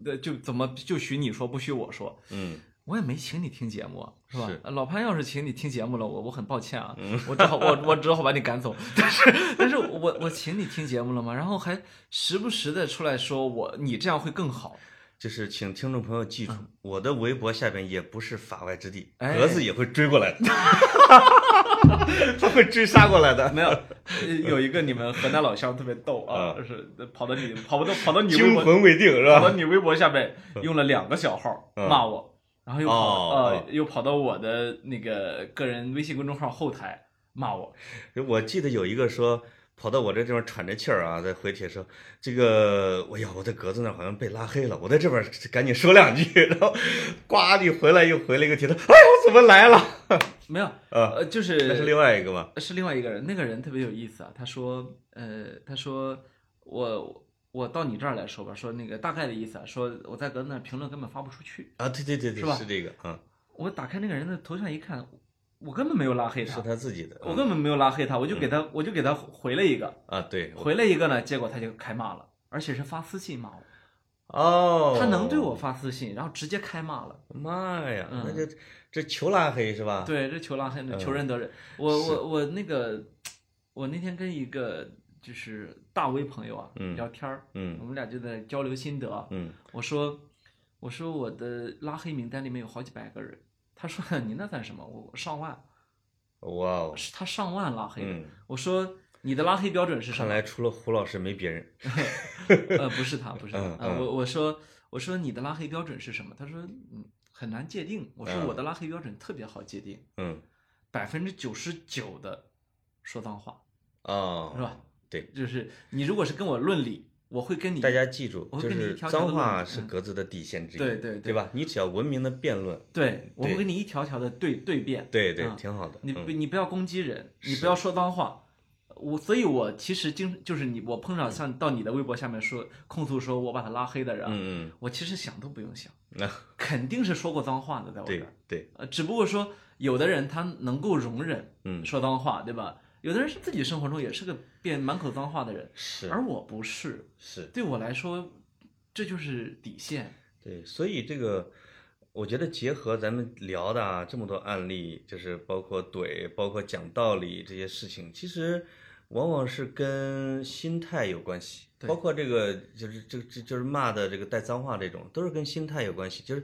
A: 呃，就怎么就许你说不许我说，
B: 嗯，
A: 我也没请你听节目啊，是吧？
B: 是嗯
A: 呃老潘要是请你听节目了，我我很抱歉啊，我只好我我只好把你赶走。但是但是
B: [laughs]
A: 我我请你听节目了吗？然后还时不时的出来说我你这样会更好，
B: 就是请听众朋友记住，我的微博下边也不是法外之地，
A: 嗯哎
B: 格子也会追过来
A: [laughs]
B: 的，他会追杀过来的。
A: 没有，呃有一个你们河南老乡特别逗啊，
B: 啊
A: 就是跑到你跑到跑到你微
B: 惊
A: 博，
B: 魂未定是
A: [laughs] 跑到
B: 吧？
A: 你微博下面用了两个小号
B: 嗯
A: 骂我，然后又跑
B: 哦
A: 呃又跑到我的那个个人微信公众号后台骂我，
B: 我记得有一个说。跑到我这地方喘着气儿啊，在回帖说这个，哎呀，我在格子那儿好像被拉黑了，我在这边赶紧说两句，然后呱一回来又回了一个帖子，哎呀，我怎么来了？
A: 没有，
B: 啊，
A: 呃就
B: 那是
A: 是
B: 另外一个吧？
A: 是另外一个人，那个人特别有意思啊，他说呃他说我。我到你这儿来说吧，说那个大概的意思啊，说我在格子那儿评论根本发不出去。
B: 啊，对对对
A: 是
B: 对，
A: 吧
B: 是这个啊，
A: 我打开那个人的头像一看，我根本没有拉黑
B: 是
A: 他，
B: 他自己的。
A: 啊我
B: 嗯
A: 根本没有拉黑他，我就给他，我就给他回了一个，
B: 啊，对，我
A: 回了一个呢，结果他就开骂了，而且是发私信骂我。
B: 哦，
A: 他能对我发私信，然后直接开骂了。
B: 妈呀，
A: 嗯
B: 那就这求拉黑是吧？，
A: 对，这求拉黑，
B: 啊嗯
A: 求人得人。我
B: 是
A: 我我那个，我那天跟一个就是大 V 朋友啊
B: 嗯
A: 聊天儿，我
B: 嗯
A: 们俩就在交流心得。啊
B: 嗯，
A: 我说我说我的拉黑名单里面有好几百个人。他说 [laughs] 你那算什么？我上万，
B: 哇哦，
A: 是他上万拉黑的。
B: 嗯，
A: 我说你的拉黑标准是什
B: 看
A: 么？
B: 来除了胡老师没别人。
A: 呃， [laughs] 不是他，不是他。
B: 嗯
A: 呃，
B: 嗯
A: 我我说我说你的拉黑标准是什么？他说嗯很难界定。我说
B: 嗯
A: 我的拉黑标准特别好界定，
B: 嗯，
A: 百分之九十九的说脏话
B: 哦，
A: 是？吧？
B: 对，
A: 就是你如果是跟我论理，我会跟你
B: 大家记住，
A: 我会
B: 就
A: 跟你一
B: 是
A: 条条地
B: 脏话
A: 论
B: 是
A: 嗯
B: 格子的底线之一，
A: 对对对
B: 对吧？你只要文明的辩论，
A: 对，我会
B: 对
A: 跟你一条条的对对辩。
B: 对对
A: 嗯，
B: 挺好的。
A: 你
B: 嗯
A: 不你不要攻击人，你不
B: 是
A: 要说脏话。我所以，我其实经就是你，我碰上像到你的微博下面说控诉说我把他拉黑的人啊，
B: 嗯
A: 我其实想都不用想，
B: 嗯，那
A: 肯定是说过脏话的，在我这
B: 对
A: 儿。
B: 对，
A: 呃，只不过说有的人他能够容忍
B: 嗯
A: 说脏话，对吧？有的人是自己生活中也是个变满口脏话的人，
B: 是
A: 而我不是。
B: 是，
A: 对我来说，这就是底线。
B: 对，所以这个，我觉得结合咱们聊的啊，这么多案例，就是包括怼，包括讲道理这些事情，其实往往是跟心态有关系。
A: 对
B: 包括这个，就是这这就是骂的这个带脏话这种，都是跟心态有关系。就是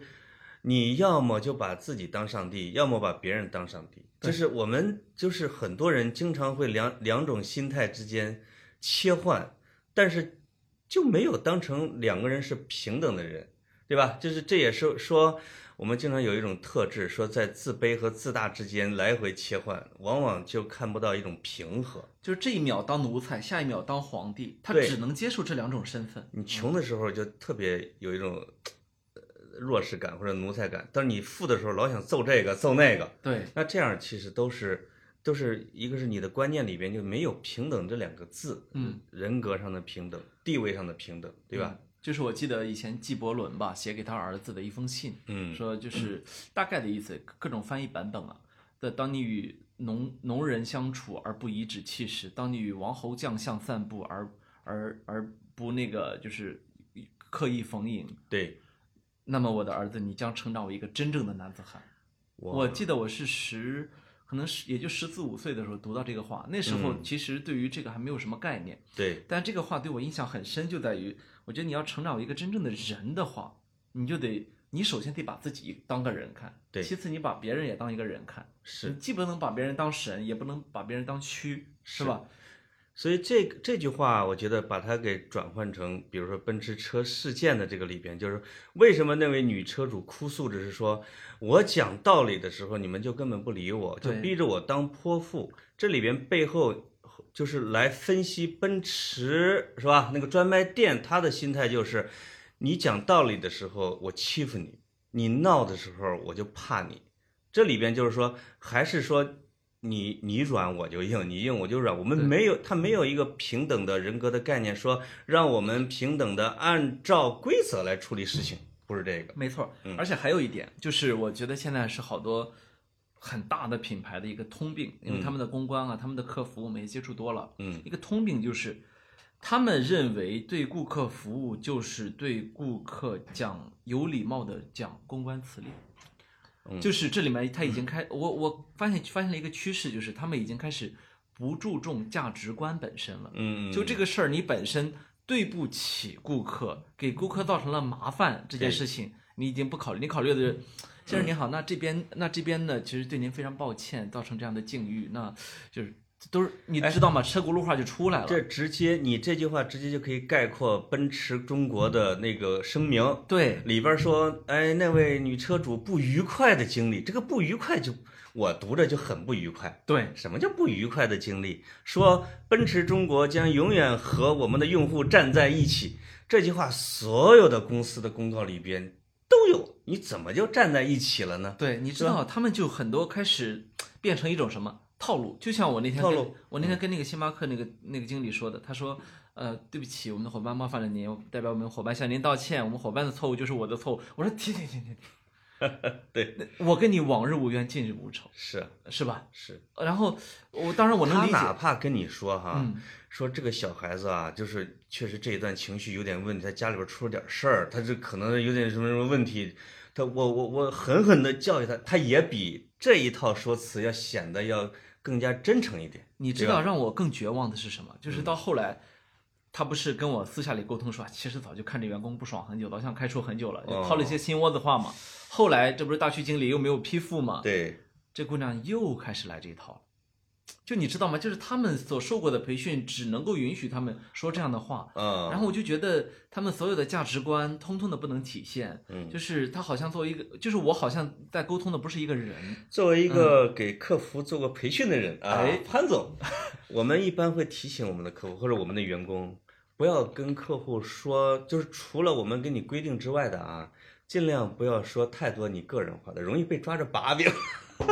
B: 你要么就把自己当上帝，要么把别人当上帝。
A: 对
B: 就是我们就是很多人经常会两两种心态之间切换，但是就没有当成两个人是平等的人。对吧？就是这也是说，我们经常有一种特质，说在自卑和自大之间来回切换，往往就看不到一种平和。
A: 就是这一秒当奴才，下一秒当皇帝，他
B: 对
A: 只能接受这两种身份。
B: 你穷的时候就特别有一种呃弱势感或者奴才感，但是你富的时候老想揍这个揍那个，
A: 对
B: 那这样其实都是都是一个是你的观念里边就没有平等这两个字，
A: 嗯，
B: 人格上的平等，地位上的平等，对吧？
A: 嗯就是我记得以前纪伯伦吧，写给他儿子的一封信，
B: 嗯，
A: 说就是大概的意思，各种翻译版本啊。的，当你与农农人相处而不颐指气使，当你与王侯将相散步而而而不那个就是刻意逢迎，
B: 对，
A: 那么我的儿子，你将成长为一个真正的男子汉。我记得我是十，可能是也就十四五岁的时候读到这个话，那时候
B: 嗯
A: 其实对于这个还没有什么概念，
B: 对，
A: 但这个话对我印象很深，就在于我觉得你要成长为一个真正的人的话，你就得你首先得把自己当个人看，
B: 对
A: 其次你把别人也当一个人看，你
B: 是。
A: 既不能把别人当神，也不能把别人当蛆，是吧？
B: 所以这个这句话，我觉得把它给转换成，比如说奔驰车事件的这个里边，就是为什么那位女车主哭诉着是说，我讲道理的时候你们就根本不理我，就
A: 对
B: 逼着我当泼妇。这里边背后就是来分析奔驰是吧？那个专卖店他的心态就是，你讲道理的时候我欺负你，你闹的时候我就怕你。这里边就是说，还是说你你软我就硬，你硬我就软。我们
A: 对
B: 没有他没有一个平等的人格的概念，说让我们平等的按照规则来处理事情，不是这个。
A: 没错，
B: 嗯
A: 而且还有一点，就是我觉得现在是好多很大的品牌的一个通病，因为
B: 嗯
A: 他们的公关啊，他们的客服我们也接触多了，
B: 嗯
A: 一个通病就是，他们认为对顾客服务就是对顾客讲有礼貌的讲公关词令，
B: 嗯
A: 就是这里面他已经开，我我发现发现了一个趋势，就是他们已经开始不注重价值观本身了。
B: 嗯，
A: 就这个事儿，你本身对不起顾客，给顾客造成了麻烦这件事情，你已经不考虑，你考虑的是，先生您好，那这边那这边呢，其实对您非常抱歉，造成这样的境遇，那就是都是你知道吗？车轱辘话就出来了。
B: 这直接你这句话直接就可以概括奔驰中国的那个声明，
A: 对，
B: 里边说，哎，那位女车主不愉快的经历，这个不愉快就我读着就很不愉快。
A: 对，
B: 什么叫不愉快的经历？说奔驰中国将永远和我们的用户站在一起，这句话所有的公司的公告里边都有，你怎么就站在一起了呢？
A: 对，你知道他们就很多开始变成一种什么套路，就像我那天
B: 套
A: 跟
B: 路嗯
A: 我那天跟那个星巴克那个那个经理说的，他说。呃，对不起，我们的伙伴冒犯了您，我代表我们伙伴向您道歉。我们伙伴的错误就是我的错误。我说停停停停，
B: [laughs] 对，
A: 停我跟你往日无冤，近日无仇，
B: 是啊
A: 是吧？
B: 是，
A: 然后我当然我能
B: 他
A: 理解，
B: 哪怕跟你说哈，
A: 嗯
B: 说这个小孩子啊，就是确实这一段情绪有点问题，他家里边出了点事儿，他这可能有点什么什么问题，他我我我狠狠的教育他，他也比这一套说辞要显得要更加真诚一点。
A: 你知
B: 对吧嗯
A: 道让我更绝望的是什么？就是到后来，他不是跟我私下里沟通说，其实早就看着员工不爽很久了，想开除很久了，就掏了一
B: 哦
A: 些心窝子话嘛。后来这不是大区经理又没有批复嘛，
B: 对，
A: 这姑娘又开始来这一套了。就你知道吗？就是他们所受过的培训，只能够允许他们说这样的话，
B: 嗯，
A: 然后我就觉得他们所有的价值观通通的不能体现，
B: 嗯
A: 就是他好像作为一个，就是我好像在沟通的不是一个人，
B: 作为一个给客服做过培训的人啊，
A: 嗯哎 [laughs]
B: 潘总，我们一般会提醒我们的客户或者我们的员工，不要跟客户说，就是除了我们给你规定之外的啊，尽量不要说太多你个人化的，容易被抓着把柄，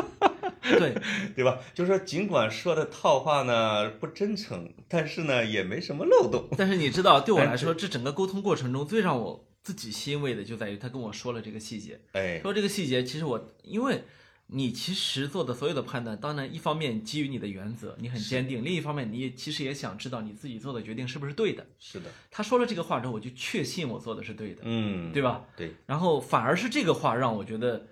B: [laughs]
A: 对，
B: 对吧？就是说，尽管说的套话呢不真诚，但是呢也没什么漏洞。
A: [laughs] 但是你知道，对我
B: 哎
A: 来说，这整个沟通过程中最让我自己欣慰的就在于他跟我说了这个细节。
B: 哎，
A: 说这个细节，其实我因为你其实做的所有的判断，当然一方面基于你的原则，你很坚定；另一方面，你也其实也想知道你自己做的决定是不是对的。
B: 是的，
A: 他说了这个话之后，我就确信我做的是对的，
B: 嗯，
A: 对吧？
B: 对，
A: 然后反而是这个话让我觉得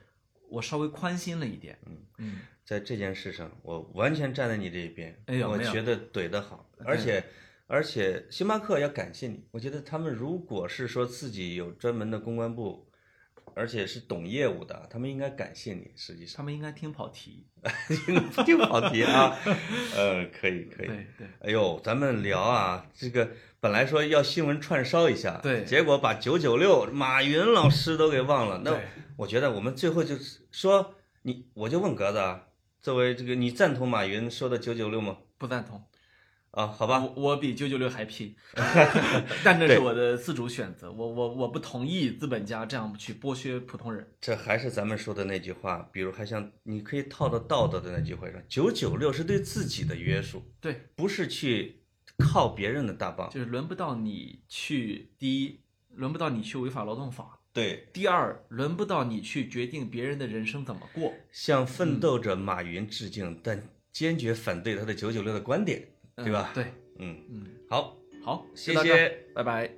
A: 我稍微宽心了一点。嗯嗯，
B: 在这件事上，我完全站在你这一边。
A: 哎有
B: 我
A: 没有哎
B: 觉得怼得好，而且而且星巴克要感谢你。我觉得他们如果是说自己有专门的公关部，而且是懂业务的，他们应该感谢你。实际
A: [laughs]
B: 上，
A: 他们应该听跑题。
B: 就跑题啊，呃，可以可以。
A: 对对，
B: 哎呦，咱们聊啊，这个本来说要新闻串烧一下，
A: 对
B: 结果把九九六马云老师都给忘了。那
A: 对
B: 我觉得我们最后就是说，你我就问格子啊，作为这个你赞同马云说的九九六吗？
A: 不赞同。
B: 啊，好吧，
A: 我我比九九六还
B: [laughs]
A: 拼，但这是我的自主选择，我我我不同意资本家这样去剥削普通人。
B: 这还是咱们说的那句话，比如还像你可以套到道德的那句话上，九九六是对自己的约束，
A: 对，
B: 不是去靠别人的大棒。
A: 就是轮不到你去，第一，轮不到你去违法劳动法；
B: 对，
A: 第二，轮不到你去决定别人的人生怎么过。
B: 向
A: 嗯
B: 奋斗者马云致敬，但坚决反对他的九九六的观点，
A: 嗯
B: 对吧？
A: 对，
B: 嗯，
A: 嗯，
B: 好，
A: 好，
B: 谢
A: 就到
B: 谢
A: 这儿，拜拜。